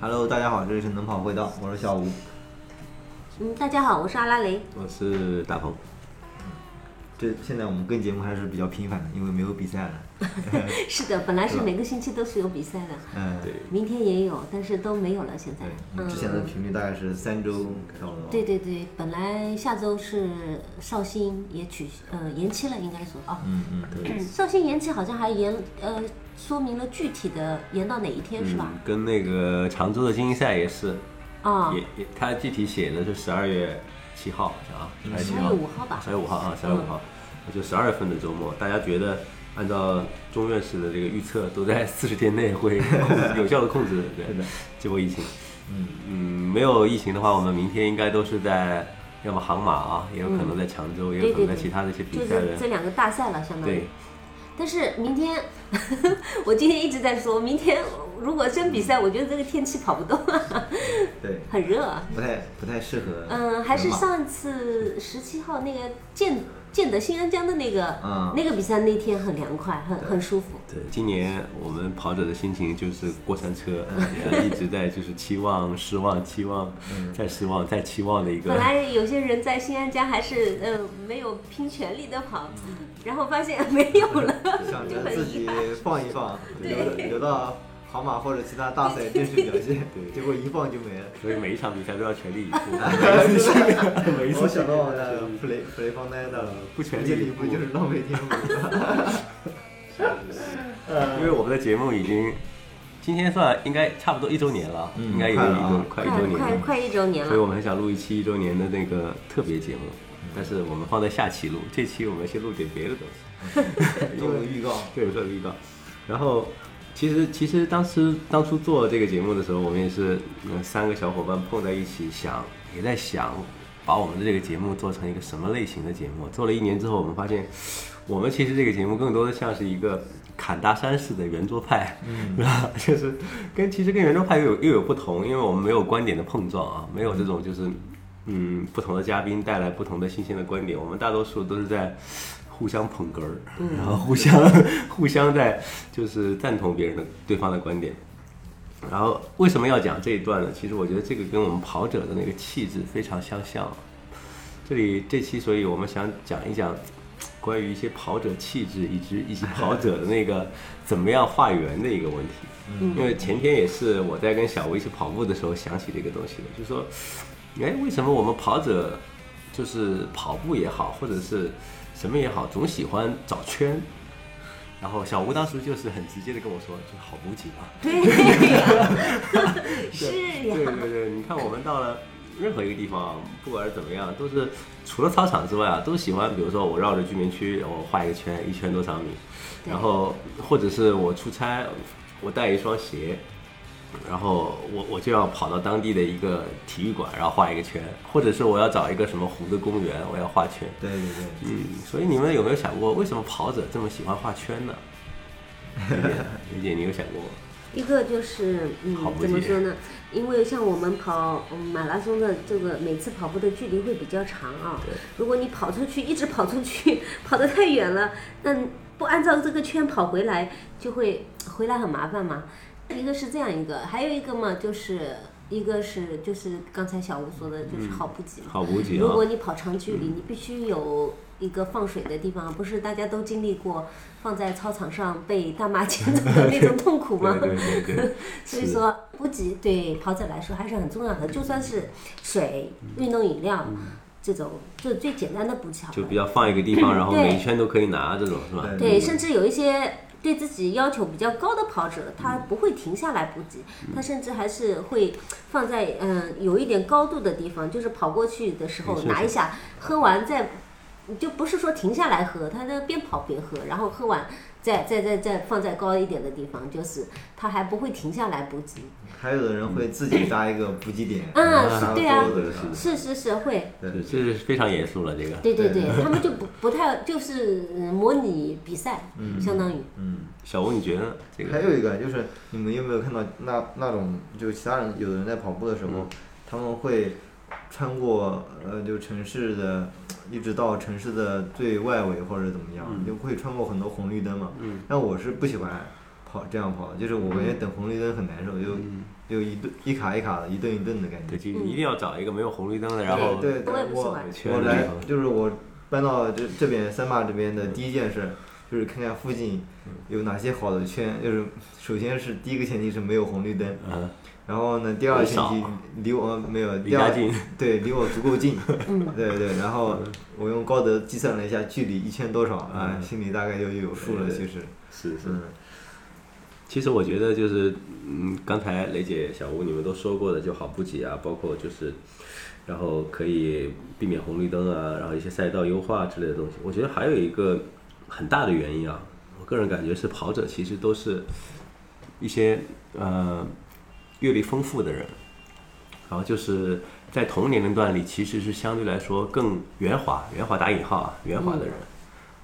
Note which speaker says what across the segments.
Speaker 1: Hello，大家好，这里是能跑会道，我是小吴，
Speaker 2: 嗯，大家好，我是阿拉 蕾。
Speaker 3: 我是大鹏，
Speaker 1: 这现在我们跟节目还是比较频繁的，因为没有比赛了。
Speaker 2: 是的，本来是每个星期都是有比赛的，
Speaker 1: 嗯，
Speaker 3: 对，
Speaker 2: 明天也有，但是都没有了。现在
Speaker 1: 对，我
Speaker 2: 嗯
Speaker 1: 们，之前的频率大概是三周到了。
Speaker 2: 对，对对，本来下周是绍兴也取呃延期了，应该说啊，
Speaker 1: 嗯嗯，
Speaker 3: 对，
Speaker 2: 绍兴延期好像还延呃说明了具体的延到哪一天是吧
Speaker 3: 嗯？，跟那个常州的精英赛也是，
Speaker 2: 啊，
Speaker 3: 也也，他具体写的是十二月七号，好像啊，十二月
Speaker 2: 嗯十
Speaker 3: 七
Speaker 2: 二
Speaker 3: 号
Speaker 2: 月，五号吧
Speaker 3: 十。二月五号啊，十二月五号，就十二月份的周末，大家觉得按照钟院士的这个预测，都在四十天内会 控有效的控制，对
Speaker 1: 是的，
Speaker 3: 这波疫情，
Speaker 1: 嗯
Speaker 3: 嗯，没有疫情的话，我们明天应该都是在要么杭马啊，也有可能在常州，也有可能在其他的一些比
Speaker 2: 就
Speaker 3: 赛
Speaker 2: 是
Speaker 3: 的，
Speaker 2: 这两个大赛了，相当于
Speaker 3: 对。，
Speaker 2: 但是明天， 我今天一直在说，明天如果真比赛，我觉得这个天气跑不动，
Speaker 1: 对，
Speaker 2: 很热啊。
Speaker 1: 不太不太适合。
Speaker 2: 嗯，还是上次十七号那个建建德新安江的那个、
Speaker 1: 嗯
Speaker 2: 那个比赛那天很凉快，很很舒服。
Speaker 3: 对，今年我们跑者的心情就是过山车，呃一直在就是期望、失望、期望，再失望、再期望的一个
Speaker 2: 本。来有些人在新安江还是呃没有拼全力的跑，然后发现没有了，
Speaker 1: 想
Speaker 2: 就
Speaker 1: 着
Speaker 2: 很
Speaker 1: 自
Speaker 2: 遗
Speaker 1: 己
Speaker 2: 憾。
Speaker 1: 放一 放，留留到杭马或者其他大赛正式表现，对， 结果一放就没了。
Speaker 3: 所以每一场比赛都要全力以赴， 每一次
Speaker 1: 我想到了弗雷弗雷方丹的
Speaker 3: 不全
Speaker 1: 力
Speaker 3: 力
Speaker 1: 以
Speaker 3: 以
Speaker 1: 赴
Speaker 3: 赴
Speaker 1: 就是浪费天 赋。
Speaker 3: 因为我们的节目已经今天算应该差不多一周年了，
Speaker 1: 嗯
Speaker 3: 应该有一
Speaker 1: 快了
Speaker 3: 周
Speaker 1: 啊
Speaker 2: 快
Speaker 3: 快一周年
Speaker 2: 快
Speaker 3: 了，
Speaker 2: 快一周年
Speaker 3: 所以
Speaker 2: 了，
Speaker 3: 我们很想录一期一周年的那个特别节目，但是我们放在下期录，这期我们先录点别的东西。
Speaker 1: 做个预告，
Speaker 3: 对，有这个预告。然后，其实其实当时当初做这个节目的时候，我们也是、呃、三个小伙伴碰在一起想，也在想把我们的这个节目做成一个什么类型的节目。做了一年之后，我们发现，我们其实这个节目更多的像是一个砍大山式的圆桌派，嗯，是吧？ 就是跟其实跟圆桌派又有又有不同，因为我们没有观点的碰撞啊，没有这种就是。嗯，不同的嘉宾带来不同的新鲜的观点，我们大多数都是在互相捧哏儿，然后互相 互相在就是赞同别人的对方的观点。然后为什么要讲这一段呢？其实我觉得这个跟我们跑者的那个气质非常相像。这里这期，所以我们想讲一讲关于一些跑者气质，以及以及跑者的那个怎么样化缘的一个问题。因为前天也是我在跟小吴一起跑步的时候想起这个东西的，就说，哎，为什么我们跑者就是跑步也好，或者是什么也好，总喜欢找圈？然后小吴当时就是很直接的跟我说，就好无解啊。
Speaker 2: 对是
Speaker 3: 对
Speaker 2: 呀，
Speaker 3: 对对，你看我们到了任何一个地方，不管是怎么样，都是除了操场之外啊，都喜欢，比如说我绕着居民区，我画一个圈，一圈多少米，
Speaker 2: 对
Speaker 3: 然后或者是我出差，我带一双鞋。然后我我就要跑到当地的一个体育馆，然后画一个圈，或者是我要找一个什么湖的公园，我要画圈。
Speaker 1: 对对对，
Speaker 3: 嗯，所以你们有没有想过，为什么跑者这么喜欢画圈 呢？李姐，李姐，你有想过吗？
Speaker 2: 一个就是嗯
Speaker 3: 好，不
Speaker 2: 怎么
Speaker 3: 解
Speaker 2: 说呢？因为像我们跑嗯马拉松的这个每次跑步的距离会比较长啊，
Speaker 3: 对
Speaker 2: 如果你跑出去，一直跑出去，跑得太远了，那不按照这个圈跑回来，就会回来很麻烦嘛。一个是这样一个，还有一个嘛，就是一个是就是刚才小吴说的，就是好补给嘛。
Speaker 3: 好无解啊！
Speaker 2: 如果你跑长距
Speaker 3: 嗯
Speaker 2: 离，你必须有一个放水的地方，不是大家都经历过放在操场上被大妈捡走 的那种痛苦吗？
Speaker 3: 对对对对，
Speaker 2: 所以说，补给对跑者来说还是很重要的，就算是水、运动饮料这种，就最简单的补给好
Speaker 3: 嗯就
Speaker 2: 了
Speaker 3: 比嗯较放一个地方，然后
Speaker 2: 对
Speaker 3: 每一圈都可以拿这种是吧？
Speaker 1: 对
Speaker 2: 对，甚至有一些对自己要求比较高的跑者，他
Speaker 3: 嗯
Speaker 2: 不会停下来补给，他甚至还是会放在嗯、有一点高度的地方，就是跑过去的时候
Speaker 3: 是是
Speaker 2: 拿一下，喝完再。就不是说停下来喝，他在边跑边喝，然后喝完再再再再放在高一点的地方，就是他还不会停下来补给。
Speaker 1: 还有的人会自己搭一个补给点，
Speaker 2: 嗯
Speaker 1: 然后
Speaker 2: 是
Speaker 1: 搭
Speaker 2: 对啊
Speaker 1: 桌子
Speaker 3: 嗯
Speaker 1: 上
Speaker 2: 是是是会，
Speaker 3: 是这是非常严肃了，这个
Speaker 2: 对对
Speaker 1: 对
Speaker 2: 对，他们就不不太就是嗯模拟比赛，相当于
Speaker 1: 嗯，
Speaker 3: 小吴你觉得呢这
Speaker 1: 还
Speaker 3: 个
Speaker 1: 有一个就是你们有没有看到那那种就其他人有的人在跑步的时候，
Speaker 3: 嗯
Speaker 1: 他们会穿过呃就城市的，呃一直到城市
Speaker 3: 嗯
Speaker 1: 的最外围或者怎么样，就会穿过很多红绿灯嘛。但我是不喜欢跑这样跑，就是我感觉等红绿灯很难受，就
Speaker 3: 嗯
Speaker 1: 就一顿一卡一卡的，一顿一顿的感觉
Speaker 3: 对，。就一定要找一个没有红绿灯的，然后嗯
Speaker 1: 对对
Speaker 2: 我也，不喜
Speaker 1: 我
Speaker 2: 欢
Speaker 1: 我来就是我搬到这这边三坝这边的第一件事，就是看看附近
Speaker 3: 嗯
Speaker 1: 有哪些好的圈。就是首先是第一个前提是没有红绿灯，
Speaker 3: 嗯，
Speaker 1: 然后呢，第二个前
Speaker 3: 很
Speaker 1: 提
Speaker 3: 少
Speaker 1: 离我没有
Speaker 3: 离
Speaker 1: 第
Speaker 3: 家
Speaker 1: 二
Speaker 3: 近，
Speaker 1: 对离我足够 近，
Speaker 2: 嗯
Speaker 1: 对对。然后我用高德计算了一下距离一圈多少啊，
Speaker 3: 嗯
Speaker 1: 心里大概就有数了。
Speaker 3: 对
Speaker 1: 其实，
Speaker 3: 是是。
Speaker 1: 嗯，
Speaker 3: 其实我觉得就是，嗯，刚才雷姐、小吴你们都说过的，就好补给啊，包括就是，然后可以避免红绿灯啊，然后一些赛道优化之类的东西。我觉得还有一个很大的原因啊，我个人感觉是跑者其实都是一些呃阅历丰富的人，然后就是在同年龄段里，其实是相对来说更圆滑，圆滑打引号啊，圆滑的人。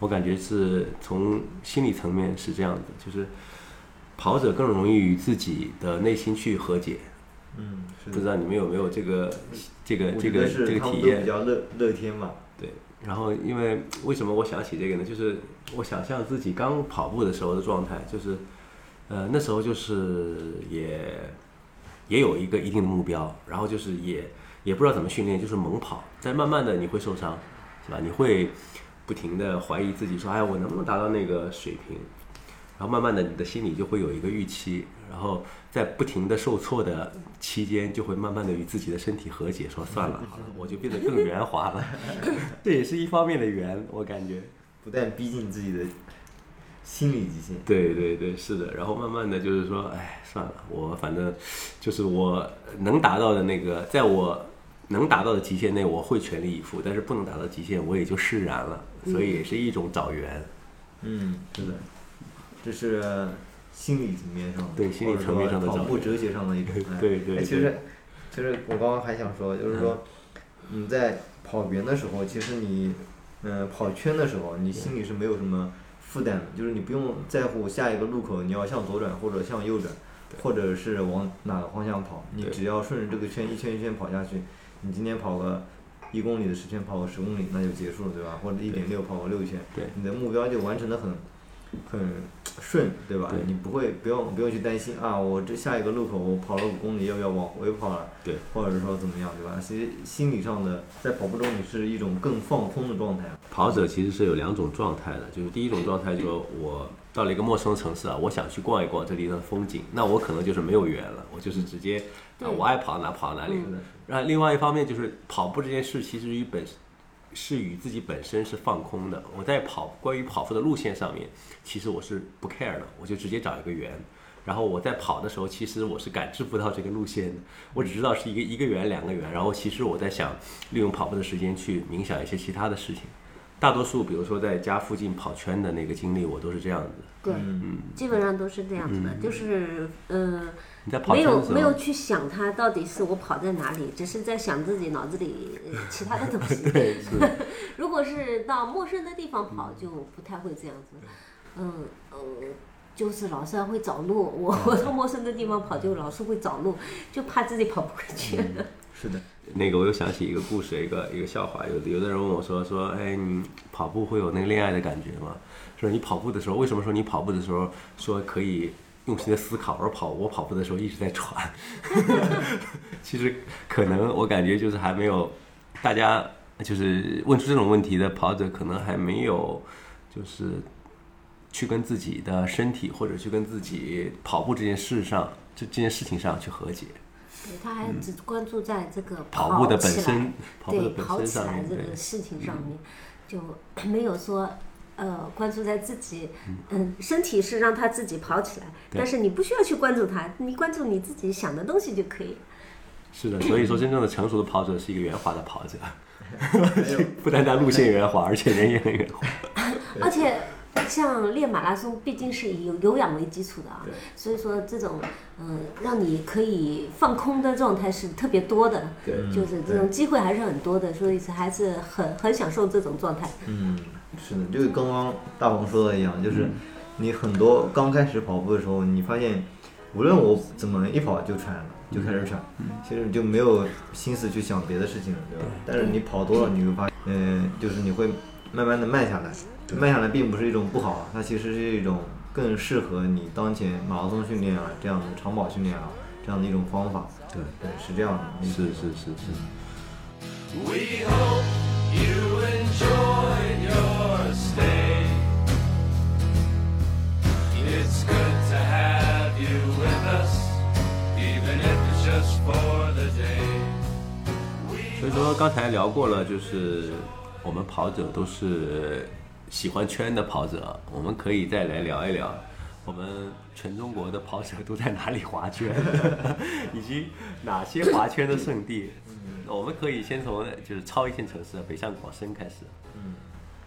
Speaker 3: 我感觉是从心理层面是这样的，就是跑者更容易与自己的内心去和解。
Speaker 1: 嗯，是
Speaker 3: 不
Speaker 1: 的
Speaker 3: 知。道你们有没有这个这个
Speaker 1: 我
Speaker 3: 这
Speaker 1: 觉
Speaker 3: 个
Speaker 1: 得
Speaker 3: 这
Speaker 1: 是
Speaker 3: 个
Speaker 1: 他
Speaker 3: 体
Speaker 1: 们都
Speaker 3: 验
Speaker 1: 比？较乐乐天嘛，
Speaker 3: 对，然后因为为什么我想起这个呢？就是我想象自己刚跑步的时候的状态，就是，呃，那时候就是也也有一个一定的目标，然后就是也也不知道怎么训练，就是猛跑，在慢慢的你会受伤，是吧？你会不停的怀疑自己，说，哎，我能不能达到那个水平？然后慢慢的，你的心里就会有一个预期，然后在不停的受挫的期间，就会慢慢的与自己的身体和解，说算了，好了，我就变得更圆滑了。这也是一方面的缘，我感觉。
Speaker 1: 不但逼近自己的心理极限，
Speaker 3: 对对对，是的。然后慢慢的就是说，哎，算了，我反正就是我能达到的那个，在我能达到的极限内，我会全力以赴；但是不能达到极限，我也就释然了。所以也是一种找缘。
Speaker 1: 嗯，是的，这是心理层面上的，
Speaker 3: 对心理层面上
Speaker 1: 或
Speaker 3: 的
Speaker 1: 者说
Speaker 3: 找
Speaker 1: 跑步
Speaker 3: 回。
Speaker 1: 哲学上的一种哎
Speaker 3: 对对
Speaker 1: 哎其
Speaker 3: 对
Speaker 1: 实其实我刚刚还想说，就是说你在跑员的时候，其实你嗯、呃跑圈的时候，你心里是没有什么负担的，就是你不用在乎下一个路口你要向左转或者向右转，或者是往哪个方向跑，你
Speaker 3: 对
Speaker 1: 只要顺着这个圈一圈一圈跑下去，你今天跑个。一公里的时圈跑个十公里，那就结束了，对吧？或者一点六跑个六圈，
Speaker 3: 对
Speaker 1: 你的目标就完成的很很顺，对吧？
Speaker 3: 对
Speaker 1: 你不会不用不用去担心啊，我这下一个路口我跑了五公里，要不要往回跑了？
Speaker 3: 对，
Speaker 1: 或者说怎么样，对吧？其实心理上的，在跑步中你是一种更放空的状态。啊
Speaker 3: 跑者其实是有两种状态的，就是第一种状态，就是我到了一个陌生城市啊，我想去逛一逛这地方的风景，那我可能就是没有缘了，我就是直接，啊、
Speaker 2: 对
Speaker 3: 我爱跑到哪跑到哪里。
Speaker 1: 是的，
Speaker 3: 然后另外一方面就是跑步这件事，其实与本是与自己本身是放空的。我在跑关于跑步的路线上面，其实我是不 care 的，我就直接找一个圆。然后我在跑的时候，其实我是感知不到这个路线的，我只知道是一个一个圆、两个圆。然后其实我在想，利用跑步的时间去冥想一些其他的事情。大多数，比如说在家附近跑圈的那个经历，我都是这样子。
Speaker 2: 对，
Speaker 1: 嗯，
Speaker 2: 基本上都是这样子的，就是呃，
Speaker 3: 你嗯在跑
Speaker 2: 没
Speaker 3: 圈的
Speaker 2: 有
Speaker 3: 时候，
Speaker 2: 没有去想它到底是我跑在哪里，只是在想自己脑子里呃其他的东 西。
Speaker 3: 对，是
Speaker 2: 如果是到陌生的地方跑，就不太会这样子。嗯呃，就是老是会找路，
Speaker 3: 嗯
Speaker 2: 我 我到陌生的地方跑就老是会找路，就怕自己跑不回去。
Speaker 3: 嗯
Speaker 1: 是的，
Speaker 3: 那个我又想起一个故事，一个一个笑话。有的有的人问我说说，哎，你跑步会有那个恋爱的感觉吗？说你跑步的时候，为什么说你跑步的时候说可以用心的思考，而跑我跑步的时候一直在喘？ 其实可能我感觉就是还没有大家就是问出这种问题的跑者，可能还没有就是去跟自己的身体或者去跟自己跑步这件事上这这件事情上去和解。
Speaker 2: 对他还只关注在这个
Speaker 3: 跑步的本
Speaker 2: 起来
Speaker 3: 身，跑步的
Speaker 2: 对
Speaker 3: 本
Speaker 2: 跑
Speaker 3: 身
Speaker 2: 起
Speaker 3: 上
Speaker 2: 来
Speaker 3: 面，
Speaker 2: 这
Speaker 3: 对嗯
Speaker 2: 个事情上面，就 没有说呃关注在自己，嗯，身体是让他自己跑起来，
Speaker 3: 对
Speaker 2: 但是你不需要去关注他，你关注你自己想的东西就可以。
Speaker 3: 是的，所以说真正的成熟的跑者是一个圆滑的跑 者，
Speaker 1: 还有
Speaker 3: 不单单路线圆滑，而且人也很圆滑。
Speaker 2: 而且像练马拉松，毕竟是以有有氧为基础的啊
Speaker 1: 对，
Speaker 2: 所以说这种嗯、让你可以放空的状态是特别多的，
Speaker 3: 对
Speaker 2: 就是这种机会还是很多的，所以是还是很很享受这种状态。
Speaker 1: 嗯，是的，嗯就跟刚刚大鹏说的一样，就是你很多刚开始跑步的时候，你发现无论我怎么一跑就喘了，就开始喘，其实你就没有心思去想别的事情了，对吧？但是你跑多了，你会发现，呃啊嗯、就是你会慢慢的慢下来，慢下来并不是一种不好，它其实是一种更适合你当前马拉松训练啊这样的长跑训练啊这样的一种方法。
Speaker 3: 对
Speaker 1: 对，是这样的。
Speaker 3: 是是是是。
Speaker 4: We hope you enjoyed your stay. It's good to have you with us, even if it's just for the day.
Speaker 3: 所以说刚才聊过了，就是我们跑者都是喜欢圈的跑者，我们可以再来聊一聊，我们全中国的跑者都在哪里划 圈，以及哪些划圈的圣地。我们可以先从就是超一线城市北上广深开始。
Speaker 1: 嗯，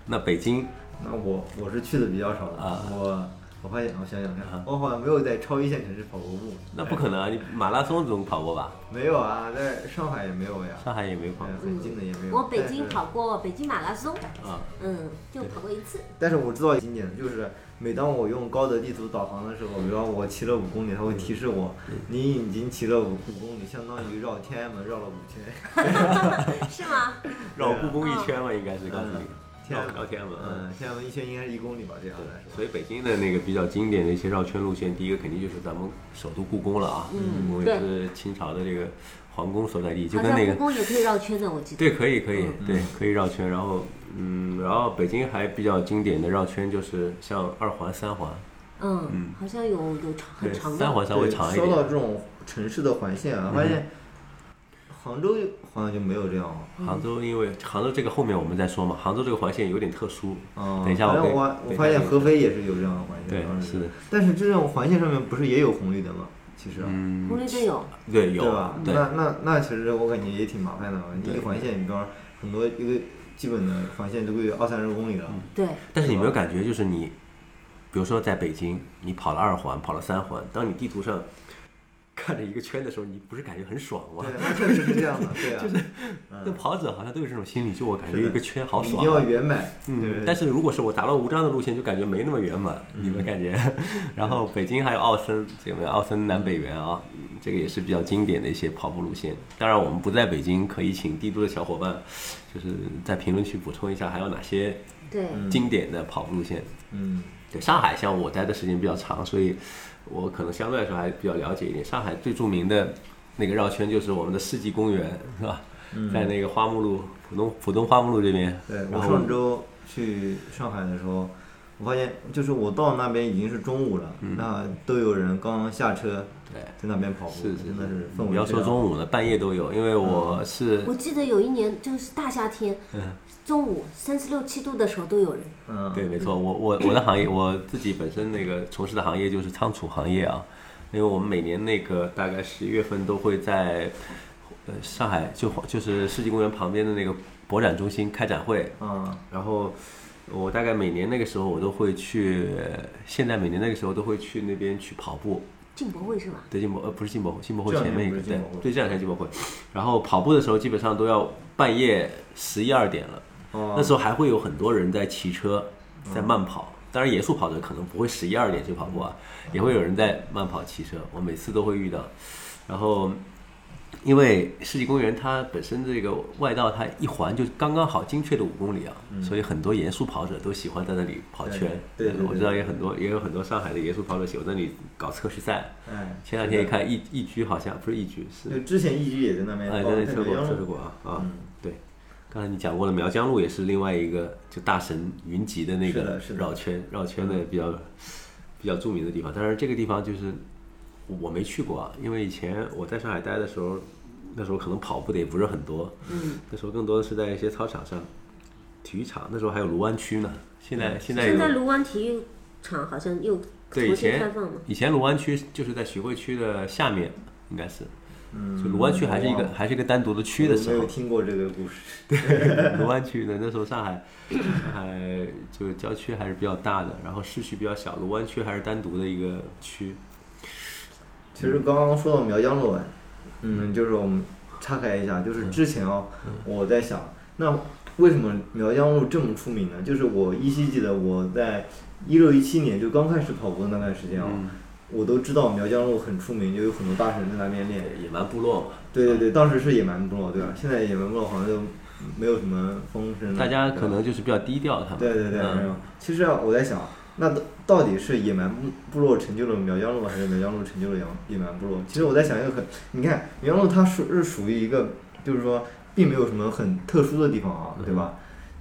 Speaker 3: 那北京
Speaker 1: 那我我是去的比较少的，
Speaker 3: 啊
Speaker 1: 我我发现我想想
Speaker 3: 啊
Speaker 1: 看，我好像没有在超一线城市跑过步。
Speaker 3: 那不可能啊，你马拉松总跑过吧？
Speaker 1: 没有啊，在上海也没有呀，
Speaker 3: 上海也没跑
Speaker 1: 对，啊很近的也没有。
Speaker 2: 我北京
Speaker 1: 但是
Speaker 2: 跑过北京马拉松，
Speaker 3: 嗯啊。
Speaker 2: 嗯，就跑过一次。
Speaker 1: 但是我知道一点，就是每当我用高德地图导航的时候，比方我骑了五公里，它会提示我，
Speaker 3: 嗯
Speaker 1: 你已经骑了五五公里，相当于绕天安门绕了五圈。
Speaker 2: 是吗？
Speaker 3: 绕故宫
Speaker 2: 啊
Speaker 3: 一圈嘛，应该是告诉你
Speaker 1: 嗯，天安门
Speaker 3: 绕天安门。嗯
Speaker 1: 嗯，天安门一圈应该是一公里吧，这样来说。
Speaker 3: 所以北京的那个比较经典的一些绕圈路线，第一个肯定就是咱们首都故宫了啊，
Speaker 2: 嗯
Speaker 3: 故宫也是清朝的这个皇宫所在地，就
Speaker 2: 好
Speaker 3: 跟
Speaker 2: 像
Speaker 3: 那
Speaker 2: 故
Speaker 3: 个
Speaker 2: 宫也可以绕圈的，我记得。
Speaker 3: 对，可以可以，
Speaker 1: 嗯
Speaker 3: 对，可以绕圈。然后嗯，然后北京还比较经典的绕圈就是像二环、三环，
Speaker 2: 嗯，好像有有长很
Speaker 3: 对，
Speaker 2: 长
Speaker 3: 三
Speaker 2: 的。
Speaker 3: 环稍微长一
Speaker 1: 对说到
Speaker 3: 点。嗯
Speaker 1: 这种城市的环线啊，发现杭州好像就没有这样了。
Speaker 2: 嗯
Speaker 3: 杭州因为杭州这个后面我们再说嘛，杭州这个环线有点特殊，
Speaker 1: 嗯，
Speaker 3: 等一下我
Speaker 1: 好像
Speaker 3: 可以
Speaker 1: 我
Speaker 3: 等
Speaker 1: 我
Speaker 3: 一下
Speaker 1: 发现
Speaker 3: 可以
Speaker 1: 合肥也是有这样的环线，
Speaker 3: 对
Speaker 1: 当，时
Speaker 3: 是的，
Speaker 1: 但是这种环线上面不是也有红绿灯吗？其实啊，
Speaker 2: 红绿灯有，
Speaker 3: 对，嗯有
Speaker 1: 对吧？，
Speaker 3: 对，
Speaker 1: 那那那其实我感觉也挺麻烦的嘛。你
Speaker 3: 对
Speaker 1: 一环线，你比方说很多一个基本的环线都会有二三十公里了。
Speaker 3: 嗯
Speaker 2: 对，
Speaker 3: 但是你有没有感觉，就是你，比如说在北京，你跑了二环，跑了三环，当你地图上看着一个圈的时候，你不是感觉很爽吗
Speaker 1: 对？，那确实是这样的，对 啊，
Speaker 3: 那跑者好像都有这种心理，就我感觉
Speaker 1: 是的
Speaker 3: 一个圈好
Speaker 1: 一
Speaker 3: 爽
Speaker 1: 定要
Speaker 3: 啊。
Speaker 1: 圆满。
Speaker 3: 嗯
Speaker 1: 对，嗯
Speaker 3: 但是如果是我打乱无章的路线，就感觉没那么圆满，你们感觉？然后北京还有奥森，这个奥森南北园啊，嗯这个也是比较经典的一些跑步路线。当然，我们不在北京，可以请帝都的小伙伴，就是在评论区补充一下，还有哪些
Speaker 2: 对，
Speaker 3: 经典的跑步路线。
Speaker 1: 嗯，
Speaker 3: 对上海，像我待的时间比较长，所以我可能相对来说还比较了解一点。上海最著名的那个绕圈就是我们的世纪公园，是吧？在那个花木路浦东浦东花木路这边。
Speaker 1: 对
Speaker 3: 然
Speaker 1: 我
Speaker 3: 后
Speaker 1: 上周去上海的时候，我发现就是我到那边已经是中午了，那都有人刚下车
Speaker 3: 嗯对，
Speaker 1: 在那边跑步，
Speaker 3: 是是
Speaker 1: 真的是
Speaker 3: 是，
Speaker 1: 氛围。嗯
Speaker 3: 不要说中，午了，半夜都有，因为我是
Speaker 2: 我记得有一年就是大夏天，
Speaker 3: 嗯
Speaker 2: 中午三十六七度的时候都有人。
Speaker 1: 嗯，
Speaker 3: 对，没错，我我我的行业，我自己本身那个从事的行业就是仓储行业啊，因为我们每年那个大概十一月份都会在呃上海就就是世纪公园旁边的那个博展中心开展会，
Speaker 1: 嗯，
Speaker 3: 然后我大概每年那个时候我都会去，现在每年那个时候都会去那边去跑步。
Speaker 2: 进博会是吧？
Speaker 3: 对进博呃不是进博会，进博会
Speaker 1: 这两
Speaker 3: 前面
Speaker 1: 年
Speaker 3: 一
Speaker 1: 不
Speaker 3: 个
Speaker 1: 是
Speaker 3: 对
Speaker 1: 进博会
Speaker 3: 对这两天进博会，然后跑步的时候基本上都要半夜十一二点了，
Speaker 1: 哦
Speaker 3: 那时候还会有很多人在骑车在慢跑，当然野速跑者可能不会十一二点去跑步啊，也会有人在慢跑骑车，我每次都会遇到，然后因为世纪公园它本身这个外道，它一环就刚刚好精确的五公里啊，所以很多严肃跑者都喜欢在那里跑圈。
Speaker 1: 嗯对对对对
Speaker 3: 我知道也很多，也有很多上海的严肃跑者喜欢在那里搞测试赛。
Speaker 1: 哎，
Speaker 3: 前两天一看，一一居好像不是一居，是
Speaker 1: 就之前一直也在那边
Speaker 3: 哎，
Speaker 1: 跑，
Speaker 3: 在那
Speaker 1: 在
Speaker 3: 测
Speaker 1: 北
Speaker 3: 过
Speaker 1: 京
Speaker 3: 测试
Speaker 1: 路
Speaker 3: 过啊啊
Speaker 1: 嗯，
Speaker 3: 对。刚才你讲过了，苗江路也是另外一个就大神云集的那
Speaker 1: 是
Speaker 3: 个
Speaker 1: 的嗯是的
Speaker 3: 绕圈绕圈的比较比较著名的地方。但是这个地方就是我没去过啊，因为以前我在上海待的时候，那时候可能跑步的也不是很多，
Speaker 2: 嗯，
Speaker 3: 那时候更多的是在一些操场上、体育场。那时候还有卢湾区呢，现在
Speaker 1: 嗯
Speaker 3: 现在有
Speaker 2: 现在卢湾体育场好像又
Speaker 3: 对以
Speaker 2: 重新开
Speaker 3: 前
Speaker 2: 放了。
Speaker 3: 以前卢湾区就是在徐汇区的下面，应该是，
Speaker 1: 嗯，
Speaker 3: 就卢湾区还是一
Speaker 1: 我
Speaker 3: 个
Speaker 1: 忘了
Speaker 3: 还是一个单独的区的时
Speaker 1: 我
Speaker 3: 候
Speaker 1: 没有，听过这个故事。
Speaker 3: 卢湾区的那时候上海，上海就郊区还是比较大的，然后市区比较小，卢湾区还是单独的一个区。
Speaker 1: 其
Speaker 3: 嗯
Speaker 1: 实刚刚说到苗江路，嗯，就是我们岔开一下，
Speaker 3: 嗯
Speaker 1: 就是之前啊，我在想，那为什么苗江路这么出名呢？就是我依稀记得我在一六一七年就刚开始跑步的那段时间啊，
Speaker 3: 嗯
Speaker 1: 我都知道苗江路很出名，就有很多大神在那边练。
Speaker 3: 野蛮部落嘛，
Speaker 1: 对对对，当时是野蛮部落，对吧？现在野蛮部落好像就没有什么风声了。
Speaker 3: 大家
Speaker 1: 嗯对吧
Speaker 3: 可能就是比较低调，他们
Speaker 1: 对对对，没有
Speaker 3: 嗯，
Speaker 1: 其实啊，我在想，那到到底是野蛮部部落成就了苗疆路吗，还是苗疆路成就了野野蛮部落？其实我在想一个很，你看苗疆路它属是属于一个，就是说并没有什么很特殊的地方啊，对
Speaker 3: 嗯
Speaker 1: 吧？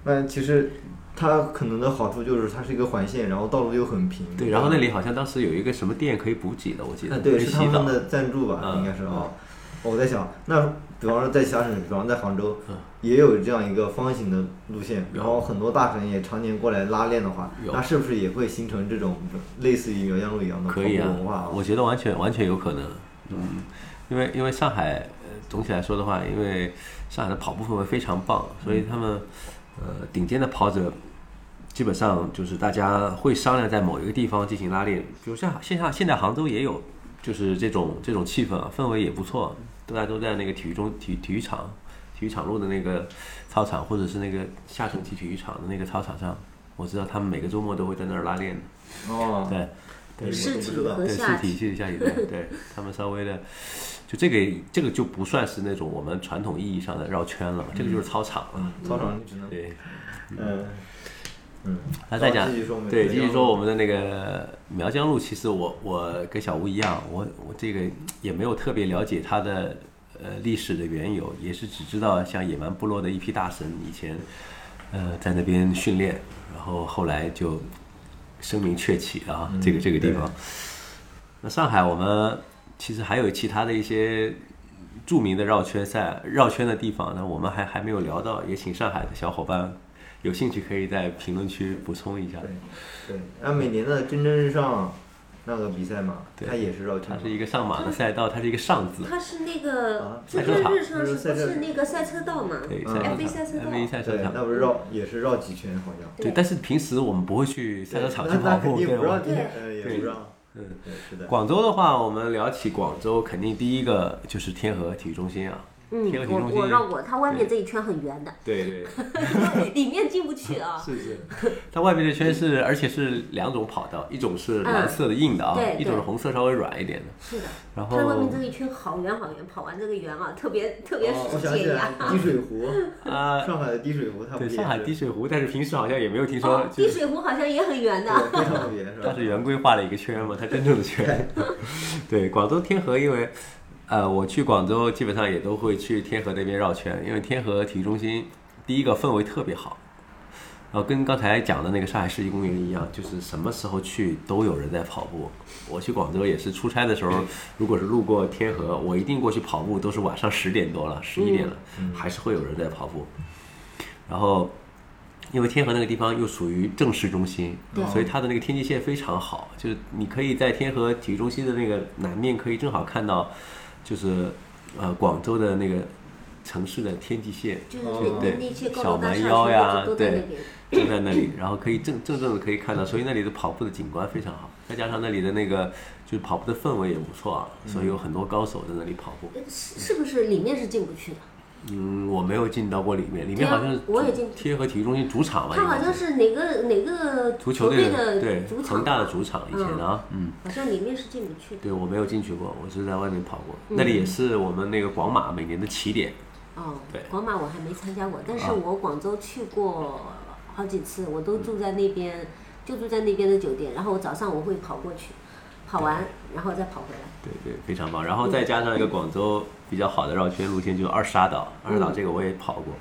Speaker 1: 那其实它可能的好处就是它是一个环线，然后道路又很平。
Speaker 3: 对，然后那里好像当时有一个什么店可以补给的，我记
Speaker 1: 啊
Speaker 3: 得，
Speaker 1: 对，
Speaker 3: 可以
Speaker 1: 是他
Speaker 3: 洗
Speaker 1: 们
Speaker 3: 澡。
Speaker 1: 的赞助吧，
Speaker 3: 嗯
Speaker 1: 应该是啊、
Speaker 3: 嗯
Speaker 1: 我在想，那比方说在其他省，比方在杭州，
Speaker 3: 嗯
Speaker 1: 也有这样一个方形的路线，然后很多大神也常年过来拉练的话，
Speaker 3: 有
Speaker 1: 那是不是也会形成这种类似于苗疆路一样的
Speaker 3: 可以
Speaker 1: 跑
Speaker 3: 啊
Speaker 1: 步文化啊？，
Speaker 3: 我觉得完全完全有可能。嗯，因为因为上海呃总体来说的话，因为上海的跑步氛围非常棒，所以他们呃顶尖的跑者。基本上就是大家会商量在某一个地方进行拉练，比如像线下现在杭州也有，就是这种这种气氛啊氛围也不错，大家都在那个体育中体体育场、体育场路的那个操场，或者是那个下城体体育场的那个操场上，我知道他们每个周末都会在那儿拉练的。
Speaker 1: 哦，
Speaker 3: 对，
Speaker 1: 对，
Speaker 2: 是
Speaker 1: 我都不
Speaker 2: 体
Speaker 1: 知道
Speaker 2: 和
Speaker 3: 对，
Speaker 2: 下
Speaker 3: 是体系下体的，对他们稍微的，就这个这个就不算是那种我们传统意义上的绕圈了，这个就是操场了。
Speaker 1: 操场你只能，
Speaker 3: 对，
Speaker 1: 嗯嗯，
Speaker 3: 那再讲
Speaker 1: 继续说，
Speaker 3: 对，
Speaker 1: 苗
Speaker 3: 继
Speaker 1: 疆路
Speaker 3: 续说我们的那个苗江路，其实我我跟小吴一样，我我这个也没有特别了解它的呃历史的缘由，也是只知道像野蛮部落的一批大神以前呃在那边训练，然后后来就声名鹊起啊，
Speaker 1: 嗯
Speaker 3: 这个这个地
Speaker 1: 对
Speaker 3: 方。那上海我们其实还有其他的一些著名的绕圈赛、绕圈的地方呢，我们还还没有聊到，也请上海的小伙伴有兴趣可以在评论区补充一下。
Speaker 1: 对，那每年的蒸蒸日上那个比赛嘛，
Speaker 3: 对
Speaker 1: 它也是绕圈
Speaker 3: 它
Speaker 1: 嘛，
Speaker 3: 是一个上马的赛道，它是一个上
Speaker 1: 嗯
Speaker 3: 字，
Speaker 2: 它是那个
Speaker 1: 啊
Speaker 2: 就
Speaker 3: 赛
Speaker 2: 是
Speaker 3: 车场啊
Speaker 2: 日上是
Speaker 1: 就是赛
Speaker 2: 不
Speaker 1: 车
Speaker 2: 是那个赛车道嘛？
Speaker 3: 对，
Speaker 1: 嗯
Speaker 3: 赛
Speaker 2: F1
Speaker 3: 车
Speaker 2: 赛车道
Speaker 3: 场，F 一赛车
Speaker 1: 对，那
Speaker 3: 场。
Speaker 1: 不是绕也是绕几圈好像。
Speaker 3: 对，但是平时我们不会去赛车场去
Speaker 1: 那
Speaker 3: 跑
Speaker 1: 那肯
Speaker 3: 步，
Speaker 1: 定
Speaker 3: 对
Speaker 1: 不
Speaker 3: 吧
Speaker 1: 让？进，呃，也
Speaker 3: 对
Speaker 1: 不让，
Speaker 3: 嗯，
Speaker 1: 对，是的。
Speaker 3: 广州的话，我们聊起广州，肯定第一个就是天河体育中心啊。
Speaker 2: 嗯
Speaker 3: 天，河体育
Speaker 2: 我
Speaker 3: 中
Speaker 2: 我
Speaker 3: 心，
Speaker 2: 绕过，它外面这一圈很 圆的，
Speaker 3: 对对，
Speaker 2: 里面进不去啊。
Speaker 3: 是是。它外面这圈是，而且是两种跑道，一种是蓝色的硬的啊
Speaker 2: 嗯对，对
Speaker 3: 一种是红色稍微软一点的。
Speaker 2: 是的，
Speaker 3: 然
Speaker 2: 它外面
Speaker 3: 后
Speaker 2: 这一圈好圆好圆，跑完这个圆啊，特别特别
Speaker 1: 哦，我想起
Speaker 2: 解压
Speaker 1: 来。，滴水湖，
Speaker 3: 啊，
Speaker 1: 上海的滴水湖，它不
Speaker 3: 对，
Speaker 1: 也是
Speaker 3: 上海滴水湖，但是平时好像也没有听说
Speaker 2: 哦，，
Speaker 3: 就
Speaker 2: 滴
Speaker 3: 是
Speaker 2: 水湖好像也很圆的。
Speaker 1: 对，非常特别， 是
Speaker 3: 它
Speaker 1: 吧？
Speaker 3: 是圆规画了一个圈嘛，它真正的圈。对，广州天河，因为呃，我去广州基本上也都会去天河那边绕圈，因为天河体育中心第一个氛围特别好，然后跟刚才讲的那个上海世纪公园一样，就是什么时候去都有人在跑步。我去广州也是出差的时候，如果是路过天河，我一定过去跑步，都是晚上十点多了、十一点了，还是会有人在跑步。然后，因为天河那个地方又属于正市中心
Speaker 2: 对，
Speaker 3: 所以它的那个天际线非常好，就是你可以在天河体育中心的那个南面可以正好看到，就是呃广州的那个城市的天际线。
Speaker 2: 就是那
Speaker 1: 对
Speaker 2: 那那些高
Speaker 3: 哦小
Speaker 2: 楼大
Speaker 3: 蛮
Speaker 2: 厦
Speaker 3: 腰呀
Speaker 2: 全部都在那
Speaker 3: 对
Speaker 2: 边。
Speaker 3: 就在那里，然后可以正正正的可以看到，所以那里的跑步的景观非常好，再加上那里的那个就是跑步的氛围也不错啊，
Speaker 2: 嗯
Speaker 3: 所以有很多高手在那里跑步。
Speaker 2: 呃是是不是里面是进不去的？
Speaker 3: 嗯，我没有进到过里面，里
Speaker 2: 对
Speaker 3: 面
Speaker 2: 啊
Speaker 3: 好像是
Speaker 2: 我也进
Speaker 3: 贴合体育中心主场吧，
Speaker 2: 它好
Speaker 3: 应
Speaker 2: 像
Speaker 3: 该是
Speaker 2: 是哪个哪个
Speaker 3: 哎足球
Speaker 2: 队
Speaker 3: 队
Speaker 2: 的
Speaker 3: 对
Speaker 2: 主场，
Speaker 3: 恒大的主场以前啊，嗯，
Speaker 2: 好像里面是进不去的。
Speaker 3: 对我没有进去过，我是在外面跑过，
Speaker 2: 嗯
Speaker 3: 那里也是我们那个广马每年的起点，
Speaker 2: 哦
Speaker 3: 对，
Speaker 2: 广马我还没参加过，但是
Speaker 3: 啊
Speaker 2: 我广州去过好几次，我都住在那边，就住在那边的酒店，然后我早上我会跑过去，跑完然后再跑回来。
Speaker 3: 对对，非常棒。然后再加上一个广州比较好的绕圈路线，就是二沙岛。二沙岛这个我也跑过，